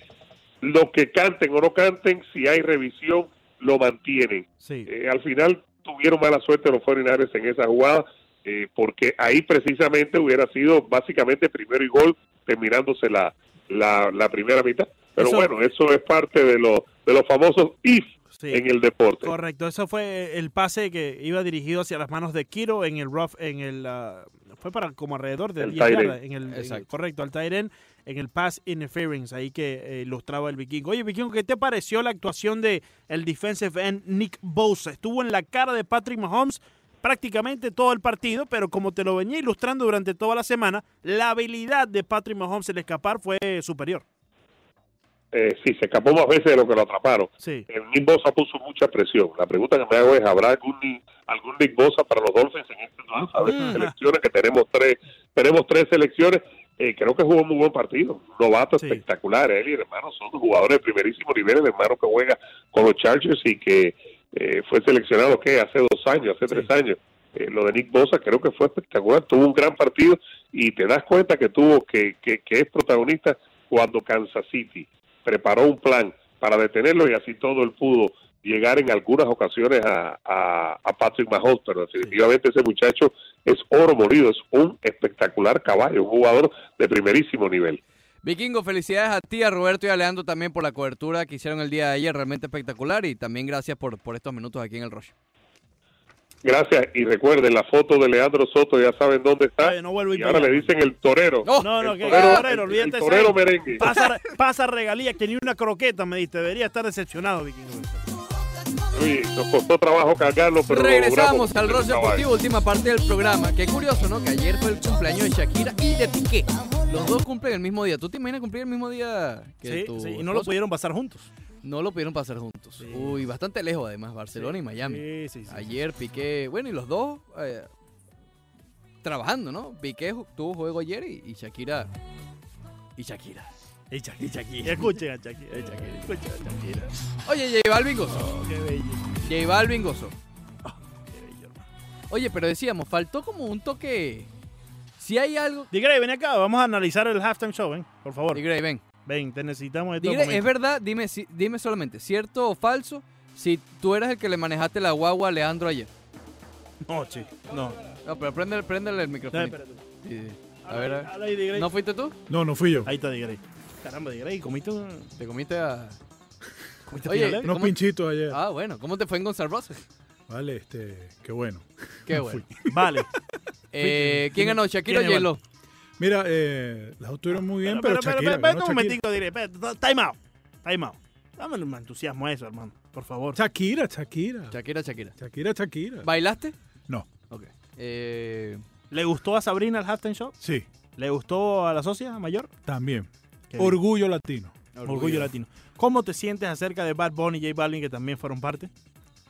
Speaker 3: los que canten o no canten, si hay revisión, lo mantienen.
Speaker 2: Sí.
Speaker 3: Eh, al final tuvieron mala suerte los foreigners en esa jugada, eh, porque ahí precisamente hubiera sido básicamente primero y gol, terminándose la, la, la primera mitad. Pero eso, bueno, eso es parte de, lo, de los famosos if sí, en el deporte.
Speaker 2: Correcto, eso fue el pase que iba dirigido hacia las manos de Kiro en el rough, en el uh, fue para como alrededor de 10 yardas, en el, en el, correcto, al Tyren en el pass interference, ahí que eh, ilustraba el vikingo. Oye, vikingo, ¿qué te pareció la actuación de el defensive end Nick Bosa? Estuvo en la cara de Patrick Mahomes prácticamente todo el partido, pero como te lo venía ilustrando durante toda la semana, la habilidad de Patrick Mahomes en escapar fue superior.
Speaker 3: Eh, sí, se escapó más veces de lo que lo atraparon.
Speaker 2: Sí.
Speaker 3: El Nick Bosa puso mucha presión. La pregunta que me hago es, ¿habrá algún, algún Nick Bosa para los Dolphins en este draft? A veces uh -huh. selecciones, que tenemos tres, tenemos tres selecciones. Eh, creo que jugó un muy buen partido. Novato sí. espectacular. Él y el hermano son jugadores de primerísimo nivel. El hermano que juega con los Chargers y que eh, fue seleccionado, ¿qué? Hace dos años, hace sí. tres años. Eh, lo de Nick Bosa creo que fue espectacular. Tuvo un gran partido y te das cuenta que tuvo que, que, que es protagonista cuando Kansas City preparó un plan para detenerlo y así todo él pudo llegar en algunas ocasiones a, a, a Patrick Mahomes, pero definitivamente ese muchacho es oro molido, es un espectacular caballo, un jugador de primerísimo nivel.
Speaker 1: Vikingo, felicidades a ti, a Roberto y a Leandro también por la cobertura que hicieron el día de ayer, realmente espectacular y también gracias por, por estos minutos aquí en el Roche.
Speaker 3: Gracias. Y recuerden, la foto de Leandro Soto, ya saben dónde está.
Speaker 2: Oye, no vuelvo
Speaker 3: y ahora le dicen el torero.
Speaker 2: No, no, no
Speaker 3: Oh, el torero, el torero, olvídate. El, el torero ese. merengue.
Speaker 2: Pasa, pasa regalías que ni una croqueta me diste. Debería estar decepcionado, Vicky.
Speaker 3: Oye, nos costó trabajo cargarlo, pero
Speaker 1: Regresamos al Roche Deportivo, última parte del programa. Qué curioso, ¿no? Que ayer fue el cumpleaños de Shakira y de Piqué. Los dos cumplen el mismo día. ¿Tú te imaginas cumplir el mismo día que
Speaker 2: sí,
Speaker 1: tú?
Speaker 2: Sí, y no lo pudieron pasar juntos.
Speaker 1: No lo pudieron pasar juntos. Sí. Uy, bastante lejos además, Barcelona sí, y Miami.
Speaker 2: Sí,
Speaker 1: ayer Piqué, bueno, y los dos eh, trabajando, ¿no? Piqué tuvo juego ayer y, y, Shakira. Y Shakira.
Speaker 2: Y Shakira. Y Shakira. Escuchen a Shakira. Shakira. Escuchen a Shakira.
Speaker 1: Oye, J Balvin gozó.
Speaker 2: Oh, qué bello.
Speaker 1: J Balvin gozó.
Speaker 2: Oh, qué bello, hermano.
Speaker 1: Oye, pero decíamos, faltó como un toque. Si hay algo.
Speaker 2: Digray, ven acá, vamos a analizar el halftime show, ven, por favor.
Speaker 1: Digray, ven.
Speaker 2: Ven, te necesitamos
Speaker 1: esto. es verdad, dime, si, dime solamente, ¿cierto o falso si tú eras el que le manejaste la guagua a Leandro ayer?
Speaker 2: No, chico, no.
Speaker 1: No, pero préndele, préndele el micrófono. Sí, a, a ver, a ver. ¿No fuiste tú?
Speaker 2: No, no fui yo.
Speaker 1: Ahí está Digrey.
Speaker 2: Caramba, Digrey, comiste un...
Speaker 1: Te comiste a...
Speaker 2: Fuiste
Speaker 1: Oye,
Speaker 2: finalero.
Speaker 1: ¿cómo-
Speaker 4: Unos pinchitos ayer.
Speaker 1: Ah, bueno. ¿Cómo te fue en Gonzalo Roses?
Speaker 4: Vale, este, qué bueno.
Speaker 1: Qué
Speaker 4: No
Speaker 1: bueno.
Speaker 4: fui.
Speaker 2: Vale.
Speaker 1: Eh, ¿Quién ganó? ¿Shakira o
Speaker 2: ¿Quién ganó?
Speaker 1: Yelo?
Speaker 4: Mira, eh, las dos estuvieron muy bien, pero,
Speaker 2: pero, pero,
Speaker 4: Shakira,
Speaker 2: pero, pero,
Speaker 4: ganó
Speaker 2: un
Speaker 4: Shakira.
Speaker 2: momentico, diré. espera, Time out. Time out. Dame un entusiasmo a eso, hermano. Por favor.
Speaker 4: Shakira, Shakira.
Speaker 1: Shakira, Shakira.
Speaker 4: Shakira, Shakira.
Speaker 1: ¿Bailaste?
Speaker 4: No,
Speaker 1: Ok. Eh,
Speaker 2: ¿Le gustó a Sabrina el halftime show?
Speaker 4: sí,
Speaker 2: ¿Le gustó a la socia mayor?
Speaker 4: también.
Speaker 2: Qué bien.
Speaker 4: Orgullo latino.
Speaker 2: Orgullo, latino. ¿Cómo te sientes acerca de Bad Bunny y J Balvin que también fueron parte?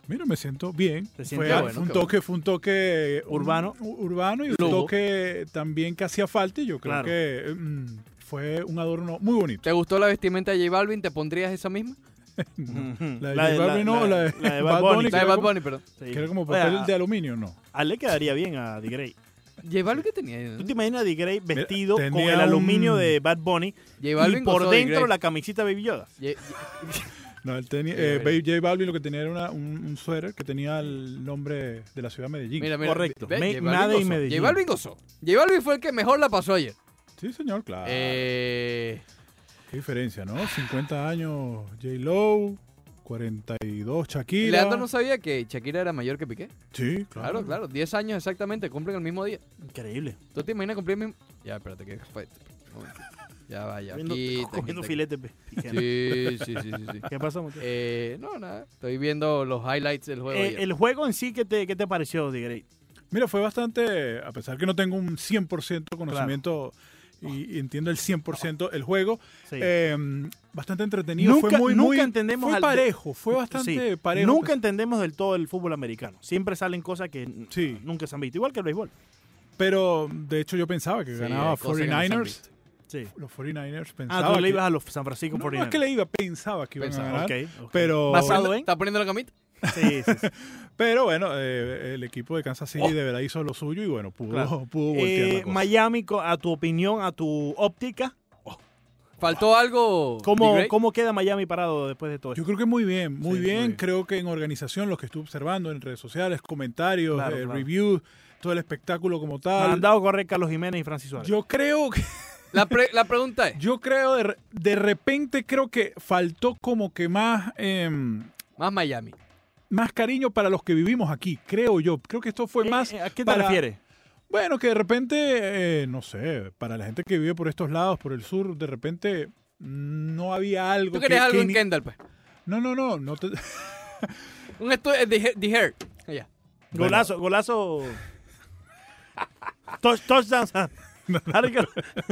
Speaker 4: Mira, me siento bien.
Speaker 2: Te
Speaker 4: Fue,
Speaker 2: sientes
Speaker 1: Qué
Speaker 4: a-
Speaker 1: bueno,
Speaker 4: fue un
Speaker 1: qué bueno.
Speaker 4: toque, fue un toque eh, un-
Speaker 2: Urbano.
Speaker 4: u- urbano y un
Speaker 1: Lujo.
Speaker 4: toque también que hacía falta y yo creo
Speaker 2: Claro.
Speaker 4: que eh, mm, fue un adorno muy bonito.
Speaker 1: ¿Te gustó la vestimenta de J Balvin? ¿Te pondrías esa misma?
Speaker 4: La de J Balvin no, la de
Speaker 2: la de
Speaker 4: Bad
Speaker 2: Bad
Speaker 4: Bunny.
Speaker 1: La
Speaker 2: Bunny.
Speaker 1: de
Speaker 4: creo
Speaker 1: Bad
Speaker 4: como-
Speaker 1: Bunny, perdón.
Speaker 2: Sí.
Speaker 4: Que era como
Speaker 2: Oye,
Speaker 4: papel
Speaker 2: a-
Speaker 4: de ¿Eh? aluminio, no.
Speaker 2: A él le quedaría bien a The Grey.
Speaker 1: ¿J Balvin qué tenía?
Speaker 2: ¿Tú te imaginas a The Grey vestido con
Speaker 4: tenía
Speaker 2: el aluminio
Speaker 4: un-
Speaker 2: de Bad Bunny
Speaker 1: J
Speaker 2: y
Speaker 1: Balvin
Speaker 2: por
Speaker 1: gozó de
Speaker 2: dentro
Speaker 1: Grey.
Speaker 2: la camisita Baby Yoda?
Speaker 1: Ye-
Speaker 4: No, él tenía,
Speaker 1: Sí,
Speaker 4: eh,
Speaker 1: mira.
Speaker 4: J Balvin lo que tenía era una- un, un suéter que tenía el nombre de la ciudad de Medellín.
Speaker 1: Mira, mira.
Speaker 2: Correcto.
Speaker 1: ve,
Speaker 2: Me-
Speaker 1: J Balvin
Speaker 2: Made y
Speaker 1: gozó.
Speaker 2: Medellín.
Speaker 1: J Balvin gozó. J Balvin fue el que mejor la pasó ayer.
Speaker 4: Sí, señor, claro.
Speaker 1: Eh,
Speaker 4: Qué diferencia, ¿no? 50 años J. Lowe, 42 Shakira.
Speaker 1: Leandro no sabía que Shakira era mayor que Piqué.
Speaker 4: Sí,
Speaker 1: Claro,
Speaker 4: claro.
Speaker 1: claro. 10 años exactamente, cumplen el mismo día.
Speaker 2: Increíble.
Speaker 1: ¿Tú te imaginas cumplir el mismo? Ya, espérate, que fue. este. Un momentito. Ya vaya.
Speaker 2: Comiendo- comiendo filete. pe.
Speaker 1: Sí, sí, sí, sí. sí.
Speaker 2: ¿Qué pasa, muchacho?
Speaker 1: Eh, no, nada. Estoy viendo los highlights del juego.
Speaker 2: Eh,
Speaker 1: ayer.
Speaker 2: el juego en sí, ¿qué te, qué te pareció, The Great?
Speaker 4: Mira, fue bastante, a pesar que no tengo un 100% conocimiento y, y entiendo el 100% el juego,
Speaker 2: Sí.
Speaker 4: eh, bastante entretenido.
Speaker 2: Nunca-
Speaker 4: fue muy,
Speaker 2: nunca
Speaker 4: muy-
Speaker 2: entendemos
Speaker 4: Fue
Speaker 2: al-
Speaker 4: parejo, fue bastante
Speaker 2: Sí.
Speaker 4: parejo. pues.
Speaker 2: Nunca entendemos del todo el fútbol americano. Siempre salen cosas que n-
Speaker 4: Sí.
Speaker 2: nunca se han visto. Igual que el béisbol.
Speaker 4: Pero de hecho yo pensaba que
Speaker 1: Sí,
Speaker 4: ganaba
Speaker 1: hay cosas que no se han
Speaker 4: 49ers.
Speaker 1: visto.
Speaker 2: Sí.
Speaker 4: los 49ers pensaba
Speaker 2: Ah, tú
Speaker 4: que,
Speaker 2: le ibas a los San Francisco
Speaker 4: no, no es
Speaker 2: 49ers.
Speaker 4: que le iba, pensaba que iban
Speaker 1: Pensaba,
Speaker 4: a ganar.
Speaker 2: Ok, ok.
Speaker 4: Pero,
Speaker 2: Basado- ¿Saben?
Speaker 1: ¿Está poniendo la camita?
Speaker 2: Sí, sí, sí.
Speaker 4: pero bueno, eh, el equipo de Kansas City de verdad hizo lo suyo y bueno, pudo,
Speaker 2: Oh. Claro.
Speaker 4: pudo voltear
Speaker 2: Eh,
Speaker 4: la cosa.
Speaker 2: Miami, co- a tu opinión, a tu óptica,
Speaker 1: ¿Faltó algo?
Speaker 2: ¿cómo,
Speaker 1: Big Ray?
Speaker 2: cómo queda Miami parado después de todo esto?
Speaker 4: Yo creo que muy bien, muy,
Speaker 2: Sí, muy
Speaker 4: bien.
Speaker 2: bien.
Speaker 4: Creo que en organización, los que estuve observando en redes sociales, comentarios,
Speaker 2: Claro,
Speaker 4: eh,
Speaker 2: claro.
Speaker 4: reviews, todo el espectáculo como tal.
Speaker 2: Mandado correr Carlos Jiménez y Francis Suárez.
Speaker 4: Yo creo que,
Speaker 1: La, pre- la pregunta es,
Speaker 4: yo creo de, re- de repente creo que faltó como que más em,
Speaker 1: más Miami.
Speaker 4: más cariño para los que vivimos aquí, creo yo. Creo que esto fue
Speaker 2: Eh,
Speaker 4: más
Speaker 2: eh, ¿A qué te
Speaker 4: para-
Speaker 2: refieres?
Speaker 4: Bueno, que de repente, eh, no sé, para la gente que vive por estos lados, por el sur, de repente mm, no había algo.
Speaker 1: ¿Tú querías
Speaker 4: que-
Speaker 1: algo
Speaker 4: que
Speaker 1: en
Speaker 4: ni-
Speaker 1: Kendall, pues?
Speaker 4: No, no, no. no te-
Speaker 1: Un estudio de Her- de Her. Ya.
Speaker 4: Bueno.
Speaker 2: Golazo, golazo. Touch, touchdown. Claro que-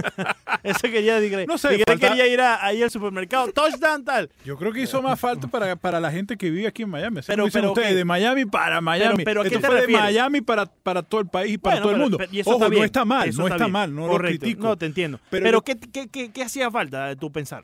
Speaker 2: Eso quería Di Grey.
Speaker 4: No sé,
Speaker 2: Di Grey
Speaker 4: falta-
Speaker 2: quería ir a- ahí al supermercado. Touchdown tal.
Speaker 4: Yo creo que hizo más falta para, para la gente que vive aquí en Miami. Así
Speaker 2: Pero-
Speaker 4: como dicen
Speaker 2: pero,
Speaker 4: ustedes,
Speaker 2: ¿qué?
Speaker 4: de Miami para Miami.
Speaker 2: pero, ¿a qué
Speaker 4: Esto
Speaker 2: te
Speaker 4: fue de
Speaker 2: refieres?
Speaker 4: Miami para, para todo el país, para
Speaker 2: Bueno,
Speaker 4: todo el
Speaker 2: pero-
Speaker 4: mundo.
Speaker 2: pero- y eso
Speaker 4: Ojo, no
Speaker 2: bien,
Speaker 4: está mal,
Speaker 2: eso
Speaker 4: no está
Speaker 2: bien.
Speaker 4: mal, no lo
Speaker 2: Correcto,
Speaker 4: critico.
Speaker 2: No, te entiendo.
Speaker 4: Pero
Speaker 2: Pero,
Speaker 4: yo-
Speaker 2: ¿qué, qué, qué, qué hacía falta de tu pensar?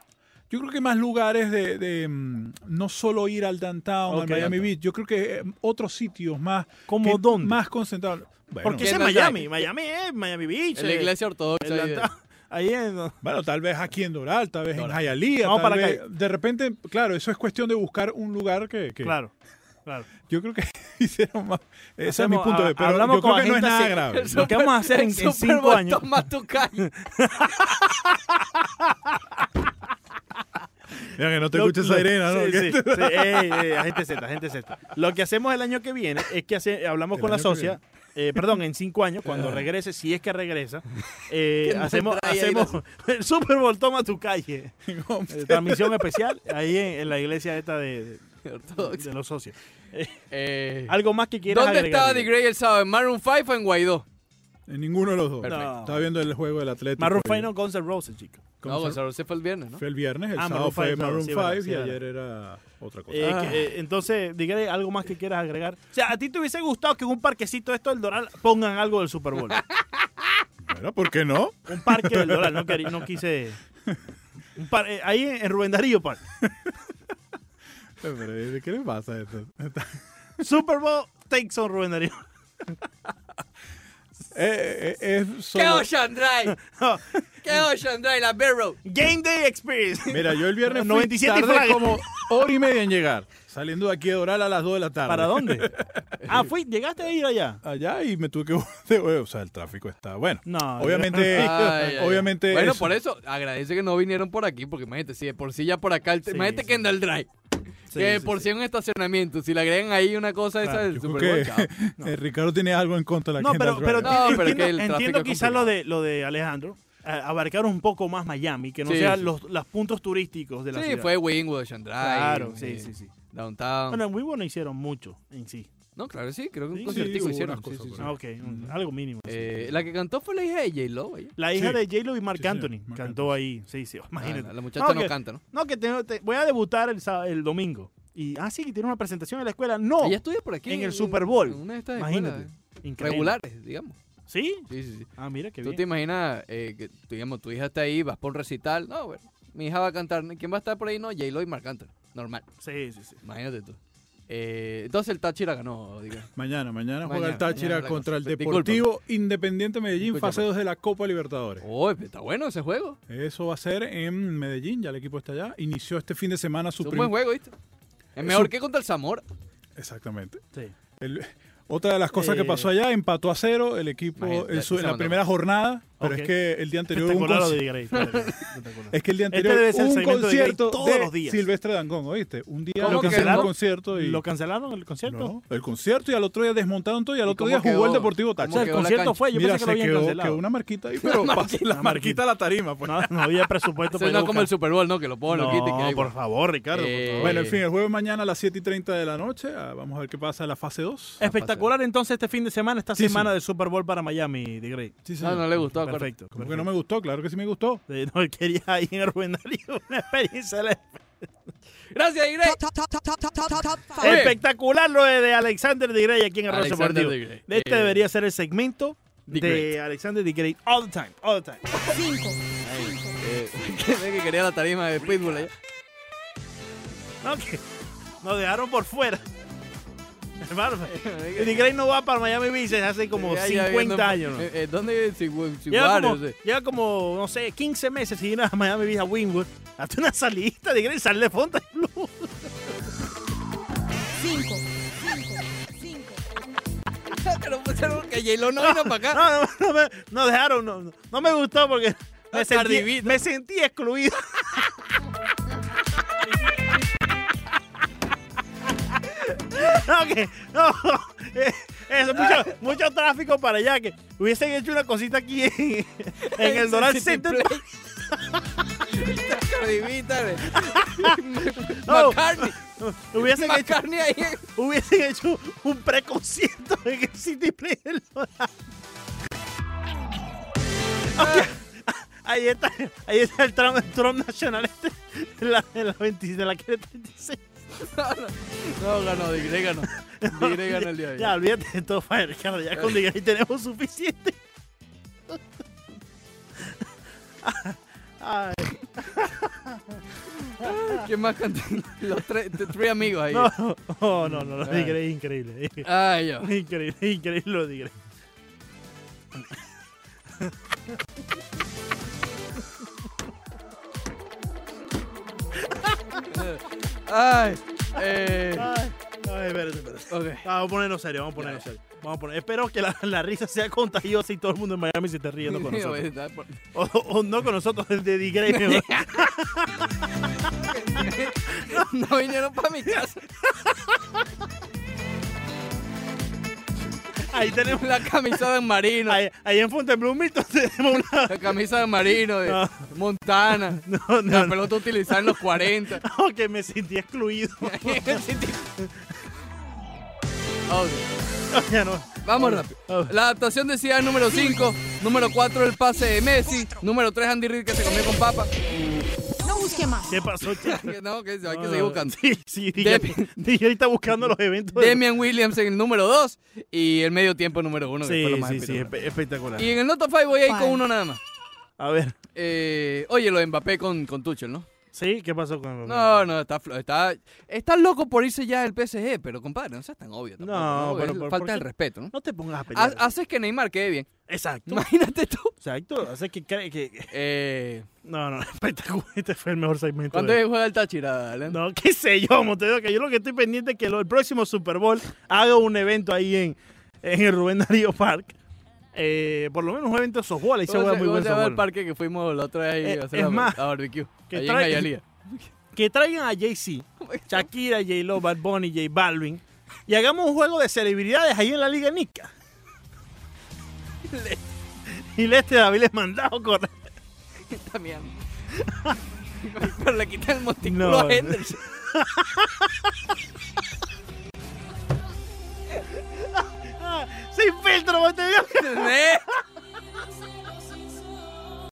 Speaker 4: Yo creo que más lugares de, de, mm, no solo ir al downtown,
Speaker 2: Ok,
Speaker 4: al Miami
Speaker 2: ok.
Speaker 4: Beach, yo creo que eh, otros sitios más,
Speaker 2: ¿Cómo
Speaker 4: que-
Speaker 2: dónde?
Speaker 4: más concentrados. Bueno,
Speaker 2: Porque ese es
Speaker 1: Kendall
Speaker 2: Miami.
Speaker 1: Dyke.
Speaker 2: Miami es Miami Beach.
Speaker 1: En la
Speaker 2: eh,
Speaker 1: iglesia ortodoxa. ahí de-
Speaker 2: Atlanta- Ahí en...
Speaker 4: Bueno, tal vez aquí en Doral, tal vez en
Speaker 1: Doral.
Speaker 4: Hialeah,
Speaker 2: Vamos
Speaker 4: tal
Speaker 2: para
Speaker 4: vez-
Speaker 2: acá.
Speaker 4: de repente, claro, eso es cuestión de buscar un lugar que, que-
Speaker 2: Claro, claro.
Speaker 4: yo creo que hicieron más. Ese es mi
Speaker 2: Hacemos-
Speaker 4: punto de
Speaker 2: ha-
Speaker 4: vista, pero
Speaker 2: hablamos
Speaker 4: yo creo
Speaker 2: con
Speaker 4: que no es
Speaker 2: agentes
Speaker 4: nada
Speaker 2: se-
Speaker 4: grave.
Speaker 1: El
Speaker 2: Lo que vamos a hacer en-
Speaker 1: Super-
Speaker 2: en
Speaker 1: el Super
Speaker 2: cinco
Speaker 1: Bowl
Speaker 2: años.
Speaker 1: toma tu calle.
Speaker 4: Mira que no te
Speaker 2: Lo-
Speaker 4: escuches
Speaker 2: lo-
Speaker 4: sirena, ¿no?
Speaker 2: sí, sí,
Speaker 4: Que-
Speaker 2: sí. Ey, ey, agente Z, agente Z. Lo que hacemos el año que viene es que hace- hablamos
Speaker 4: El
Speaker 2: con la
Speaker 4: año que Ah.
Speaker 2: socia, eh, perdón, en cinco años, cuando regrese, si es que regresa, eh,
Speaker 1: Que nos
Speaker 2: hacemos,
Speaker 1: traiga ahí la-
Speaker 2: hacemos el Super Bowl Toma tu calle, eh, transmisión especial, ahí en, en la iglesia esta de, de-
Speaker 1: Ortodoxa.
Speaker 2: de los socios.
Speaker 1: Eh,
Speaker 2: Algo más que quieras
Speaker 1: ¿Dónde
Speaker 2: agregar,
Speaker 1: estaba The
Speaker 2: Miguel?
Speaker 1: Grey el sábado? ¿En Maroon 5 o en Guaidó?
Speaker 4: En ninguno de los dos.
Speaker 2: Perfecto.
Speaker 4: Estaba viendo el juego del Atlético.
Speaker 2: Maroon Ah,
Speaker 4: y-
Speaker 2: 5 no, Guns N' Roses, chicos.
Speaker 4: ¿cómo
Speaker 1: No,
Speaker 4: se-
Speaker 1: Gonzalo, se fue el viernes, ¿no?
Speaker 4: Fue el viernes, el
Speaker 2: Ah,
Speaker 4: sábado
Speaker 2: Maroon
Speaker 4: fue
Speaker 2: 5,
Speaker 4: Maroon
Speaker 2: sí,
Speaker 4: 5
Speaker 2: verdad, sí,
Speaker 4: y
Speaker 2: verdad.
Speaker 4: ayer era otra cosa.
Speaker 2: Eh,
Speaker 1: Ah.
Speaker 2: que, eh, entonces, Digre, ¿algo más que quieras agregar? O sea, ¿a ti te hubiese gustado que en un parquecito esto del Doral pongan algo del Super Bowl?
Speaker 4: Bueno, ¿por qué no?
Speaker 2: Un parque del Doral, no, querí- no quise... un par- eh, ahí en Rubén Darío Park.
Speaker 4: Pero, ¿de ¿Qué le pasa a este? esto?
Speaker 2: Super Bowl takes on Rubén Darío.
Speaker 4: Eh, eh, es
Speaker 1: ¿Qué
Speaker 4: solo-
Speaker 1: Ocean Drive? ¿Qué Ocean Drive? La Bear Road.
Speaker 2: Game Day Experience.
Speaker 4: Mira, yo el viernes fui
Speaker 2: 97 y
Speaker 4: tarde
Speaker 2: Fraga.
Speaker 4: como hora y media en llegar, saliendo de aquí de Doral a las 2 de la tarde.
Speaker 2: ¿Para dónde? Ah, fui, llegaste a ir allá.
Speaker 4: allá y me tuve que volver. O sea, el tráfico está bueno.
Speaker 2: No,
Speaker 4: obviamente,
Speaker 1: Ay, ay, ay.
Speaker 4: obviamente.
Speaker 1: Bueno, por eso agradece que no vinieron por aquí, porque imagínate, si de por sí ya por acá, el-
Speaker 2: Sí,
Speaker 1: imagínate
Speaker 2: sí.
Speaker 1: Kendall Drive.
Speaker 2: Sí,
Speaker 1: que de
Speaker 2: sí,
Speaker 1: por
Speaker 2: sí. Ah,
Speaker 1: sí, es un estacionamiento. Si le agregan ahí una cosa esa
Speaker 4: Claro,
Speaker 1: del
Speaker 4: yo
Speaker 1: Super
Speaker 4: creo
Speaker 1: Bowl,
Speaker 4: que-
Speaker 1: chao.
Speaker 4: Eh, Ricardo tiene algo en contra de la
Speaker 2: No,
Speaker 4: agenda
Speaker 2: pero,
Speaker 4: del
Speaker 2: pero
Speaker 4: drive.
Speaker 1: No, pero es que
Speaker 2: entiendo,
Speaker 1: el tráfico
Speaker 2: entiendo
Speaker 1: es
Speaker 2: quizás lo
Speaker 1: complicado.
Speaker 2: de, lo de Alejandro, a- abarcar un poco más Miami, que no
Speaker 1: Sí,
Speaker 2: sean
Speaker 1: sí.
Speaker 2: los, los puntos turísticos de la
Speaker 1: Sí,
Speaker 2: ciudad.
Speaker 1: fue Wingwood, Chandra.
Speaker 2: Claro, sí, sí, sí.
Speaker 1: Downtown.
Speaker 2: Bueno, en Wimbledon no hicieron mucho en sí.
Speaker 1: no, claro, sí, creo que un
Speaker 2: Sí,
Speaker 1: conciertico
Speaker 4: sí,
Speaker 1: hicieron.
Speaker 4: hubo unas
Speaker 1: sí,
Speaker 4: cosas
Speaker 1: sí,
Speaker 4: por
Speaker 2: Ah, ok, un- algo mínimo.
Speaker 1: sí.
Speaker 2: sí.
Speaker 1: Eh, la que cantó fue la hija de J-Lo. oye.
Speaker 2: la hija
Speaker 4: sí.
Speaker 2: de J-Lo y Marc
Speaker 4: Sí, sí,
Speaker 2: Anthony
Speaker 4: Marc
Speaker 2: cantó ahí. Sí, sí, imagínate.
Speaker 1: Ah, la muchacha no
Speaker 2: que-
Speaker 1: canta, ¿no?
Speaker 2: No, que te- te- voy a debutar el, sá- el domingo. Y, ah, sí, que tiene una presentación en la escuela. No,
Speaker 1: Ella estudia por aquí.
Speaker 2: en el Super Bowl.
Speaker 1: en una de estas
Speaker 2: Imagínate.
Speaker 1: escuelas
Speaker 2: Increíble.
Speaker 1: Regulares, digamos.
Speaker 2: ¿Sí?
Speaker 1: Sí, sí, sí.
Speaker 2: Ah, mira, qué
Speaker 1: ¿Tú
Speaker 2: bien.
Speaker 1: te imaginas eh, que digamos, tu hija está ahí, vas por un recital? No, bueno, mi hija va a cantar. ¿Quién va a estar por ahí? No, J-Lo y Marc Anthony. Normal,
Speaker 2: Sí, sí, sí.
Speaker 1: imagínate tú. Eh, entonces el Tachi la ganó, digamos.
Speaker 4: Mañana, mañana juega
Speaker 1: Mañana,
Speaker 4: el Táchira
Speaker 1: mañana la
Speaker 4: contra el
Speaker 1: cosa.
Speaker 4: Deportivo Independiente Medellín,
Speaker 1: Escúchame.
Speaker 4: fase 2 de la Copa Libertadores.
Speaker 1: Oh, está bueno ese juego.
Speaker 4: Eso va a ser en Medellín, ya el equipo está allá. Inició este fin de semana su
Speaker 1: Es un
Speaker 4: primer.
Speaker 1: buen juego, ¿viste? Es mejor
Speaker 4: Su-
Speaker 1: que contra el Zamora.
Speaker 4: Exactamente.
Speaker 2: sí.
Speaker 4: El- otra de las cosas que
Speaker 2: Eh,
Speaker 4: pasó allá, empató a cero el equipo
Speaker 1: Imagínate,
Speaker 4: en, su- en
Speaker 1: esa
Speaker 4: la
Speaker 1: banda.
Speaker 4: primera jornada, pero
Speaker 2: Ok.
Speaker 4: es que el día anterior hubo un
Speaker 2: Espectacular lo de
Speaker 4: conci-
Speaker 2: Digray, espectacular.
Speaker 4: es que el día
Speaker 2: Este
Speaker 4: anterior
Speaker 2: debe ser el
Speaker 4: hubo un
Speaker 2: segmento de Grey
Speaker 4: concierto
Speaker 2: todos
Speaker 4: de
Speaker 2: los días.
Speaker 4: Silvestre Dangón, ¿oíste? Un día
Speaker 1: ¿Cómo
Speaker 4: lo
Speaker 1: que
Speaker 4: cancelaron
Speaker 1: no?
Speaker 4: el concierto y
Speaker 2: ¿Lo cancelaron el concierto?
Speaker 4: No, el concierto y al otro día desmontaron todo y al
Speaker 1: ¿Y
Speaker 4: otro
Speaker 1: cómo
Speaker 4: día jugó
Speaker 1: quedó?
Speaker 4: el Deportivo
Speaker 1: ¿Cómo
Speaker 2: O sea,
Speaker 4: Táchira.
Speaker 2: el
Speaker 1: quedó la
Speaker 2: concierto
Speaker 1: cancha?
Speaker 2: fue, yo
Speaker 4: Mira,
Speaker 2: pensé que lo
Speaker 4: se
Speaker 2: habían
Speaker 4: quedó,
Speaker 2: cancelado.
Speaker 4: quedó una marquita ahí, pero pasó la
Speaker 2: marquita.
Speaker 4: marquita a la tarima. pues.
Speaker 2: No, no había presupuesto
Speaker 1: Ese
Speaker 2: para ir
Speaker 1: no
Speaker 2: a
Speaker 1: es como el
Speaker 2: buscar.
Speaker 1: Super Bowl, ¿no? Que lo pongan, lo quiten. que
Speaker 2: No,
Speaker 1: ahí,
Speaker 2: por
Speaker 1: bueno.
Speaker 2: favor, Ricardo. por
Speaker 1: Eh,
Speaker 2: favor.
Speaker 4: Bueno, en fin, el jueves mañana a las 7 y 30 de la noche. ah, Vamos a ver qué pasa en la fase 2.
Speaker 2: Eh. Espectacular entonces este fin de semana, esta
Speaker 4: Sí,
Speaker 2: semana
Speaker 4: sí.
Speaker 2: de Super Bowl para Miami, Digray.
Speaker 1: No, no le gustó, acuérdate.
Speaker 2: Perfecto.
Speaker 4: Como
Speaker 2: perfecto.
Speaker 4: que no me gustó, claro que sí me gustó.
Speaker 2: Eh, no, quería ahí en Rubén Darío una experiencia la-
Speaker 1: Gracias, Igre.
Speaker 5: top, top, top, top, top, top, top, top five.
Speaker 1: Oye.
Speaker 2: espectacular lo de de Alexander de Grey aquí en el Rosa
Speaker 1: Alexander
Speaker 2: Deportivo.
Speaker 1: de Grey.
Speaker 2: Este
Speaker 1: Eh,
Speaker 2: debería ser el segmento
Speaker 1: de
Speaker 2: de,
Speaker 1: Grey.
Speaker 2: Alexander de Grey. All the time, all the time.
Speaker 5: Cinco.
Speaker 1: Eh, que quería la tarima de ¿eh? Pitbull allá.
Speaker 2: No, que nos dejaron por fuera. Hermano, de Grey no va para Miami Beach desde hace como
Speaker 1: Ya, ya
Speaker 2: 50
Speaker 1: viendo-
Speaker 2: años. ¿no?
Speaker 1: Eh, eh, ¿Dónde? Si, si, eh.
Speaker 2: Lleva como,
Speaker 1: no sé.
Speaker 2: lleva como, no sé, 15 meses sin ir a Miami Beach a Wynwood. Hazte una salidita de Grey, sal de Fontainebleau.
Speaker 5: Cinco. Cinco. Cinco.
Speaker 1: Que no pusieron pues, que J-Lo no vino para acá.
Speaker 2: No, no, no, me- no dejaron, no, no, no me gustó porque
Speaker 1: Ah,
Speaker 2: me
Speaker 1: Cardi
Speaker 2: sentí,
Speaker 1: B,
Speaker 2: me sentí excluido. No, que, no, eh, eso, mucho, mucho tráfico para allá, que hubiesen hecho una cosita aquí en, en el Doral Center.
Speaker 1: Caribita,
Speaker 2: No.
Speaker 1: McCartney.
Speaker 2: Hubiesen hecho,
Speaker 1: McCartney ahí.
Speaker 2: hubiesen hecho un preconcierto en el City Play del Doral. Ok, Ahí está, ahí está el Trump, el Trump Nacional este, en la, en la 20 de la que era 36.
Speaker 1: No, ganó, Digre ganó. Digre ganó el día de
Speaker 2: Ya,
Speaker 1: hoy.
Speaker 2: olvídate de todo, Fire Ricardo. Ya con Digray tenemos suficiente. Ay,
Speaker 1: ¿Quién más cantó? Los tres, t- tres amigos ahí.
Speaker 2: no, no, no, no, lo de
Speaker 1: Ay.
Speaker 2: Digray es increíble.
Speaker 1: Ay, yo.
Speaker 2: Increíble, increíble lo de Digray.
Speaker 1: Ay, eh.
Speaker 2: Ay, ay, espérate, espérate.
Speaker 1: Ok.
Speaker 2: Ah, Vamos a ponernos serio, vamos a ponernos serio. Vamos a poner. Espero que la, la risa sea contagiosa y todo el mundo en Miami se esté riendo con nosotros. O, o no con nosotros, el de Digray. mejor.
Speaker 1: No vinieron para mi casa.
Speaker 2: Ahí tenemos.
Speaker 1: La camisa de Marino.
Speaker 2: Ahí, ahí en Fontainebleau Milton tenemos una.
Speaker 1: La camisa de Marino, de
Speaker 2: No.
Speaker 1: Montana.
Speaker 2: No,
Speaker 1: La
Speaker 2: no, no.
Speaker 1: pelota utilizada en los 40.
Speaker 2: No, que me sentí excluido.
Speaker 1: Ok,
Speaker 2: No, ya no.
Speaker 1: Vamos rápido. La adaptación decía número 5, número 4 el pase de Messi, número 3 Andy Reid que se comió con papa.
Speaker 5: No busque más.
Speaker 2: ¿Qué pasó, chaval?
Speaker 1: No, que hay que seguir buscando.
Speaker 2: Sí, sí,
Speaker 1: Demi-
Speaker 2: DJ, DJ está buscando los eventos. de-
Speaker 1: Demian Williams en el número 2 y el medio tiempo número 1.
Speaker 2: Sí, sí, sí, espe- espectacular.
Speaker 1: Y en el Nota 5 voy a ir con
Speaker 5: Five.
Speaker 1: uno nada más.
Speaker 2: A ver,
Speaker 1: Eh, oye, lo de Mbappé con, con Tuchel, ¿no?
Speaker 2: ¿sí? ¿Qué pasó con.?
Speaker 1: No, no, está, flo- está, está loco por irse ya del PSG, pero compadre, no seas tan obvio. Tampoco,
Speaker 2: No, pero
Speaker 1: Es
Speaker 2: por-
Speaker 1: falta
Speaker 2: ¿por qué?
Speaker 1: el respeto, ¿no?
Speaker 2: No te pongas a
Speaker 1: Ha-
Speaker 2: pelear.
Speaker 1: Haces que Neymar quede bien.
Speaker 2: Exacto.
Speaker 1: Imagínate tú.
Speaker 2: Exacto. Así que cree que.
Speaker 1: Eh,
Speaker 2: No, no, espectacular. Este fue el mejor segmento.
Speaker 1: ¿Cuándo
Speaker 2: de-
Speaker 1: juega el Táchira, Leandro?
Speaker 2: No, qué sé yo, Montedeo, que yo lo que estoy pendiente es que lo- el próximo Super Bowl haga un evento ahí en, en el Rubén Darío Park. Eh, por lo menos un evento de softball, ahí se
Speaker 1: ¿Cómo
Speaker 2: juega
Speaker 1: se-
Speaker 2: muy
Speaker 1: cómo
Speaker 2: buen
Speaker 1: se llama el
Speaker 2: softball.
Speaker 1: parque que fuimos la otra vez ahí
Speaker 2: Eh,
Speaker 1: a hacer
Speaker 2: es
Speaker 1: la,
Speaker 2: más,
Speaker 1: la barbecue?
Speaker 2: que
Speaker 1: Allí en
Speaker 2: trae-
Speaker 1: Ayalía. Oh
Speaker 2: Que traigan a Jay-Z Shakira, J. Lo, Bad Bunny, J. Balvin. Y hagamos un juego de celebridades ahí en la Liga Nica. Y Leste David les mandado correr.
Speaker 1: También. Pero le quitan el montículo
Speaker 2: No.
Speaker 1: a Henderson.
Speaker 2: Sin filtro, Montevideo.
Speaker 1: ¿Entendés?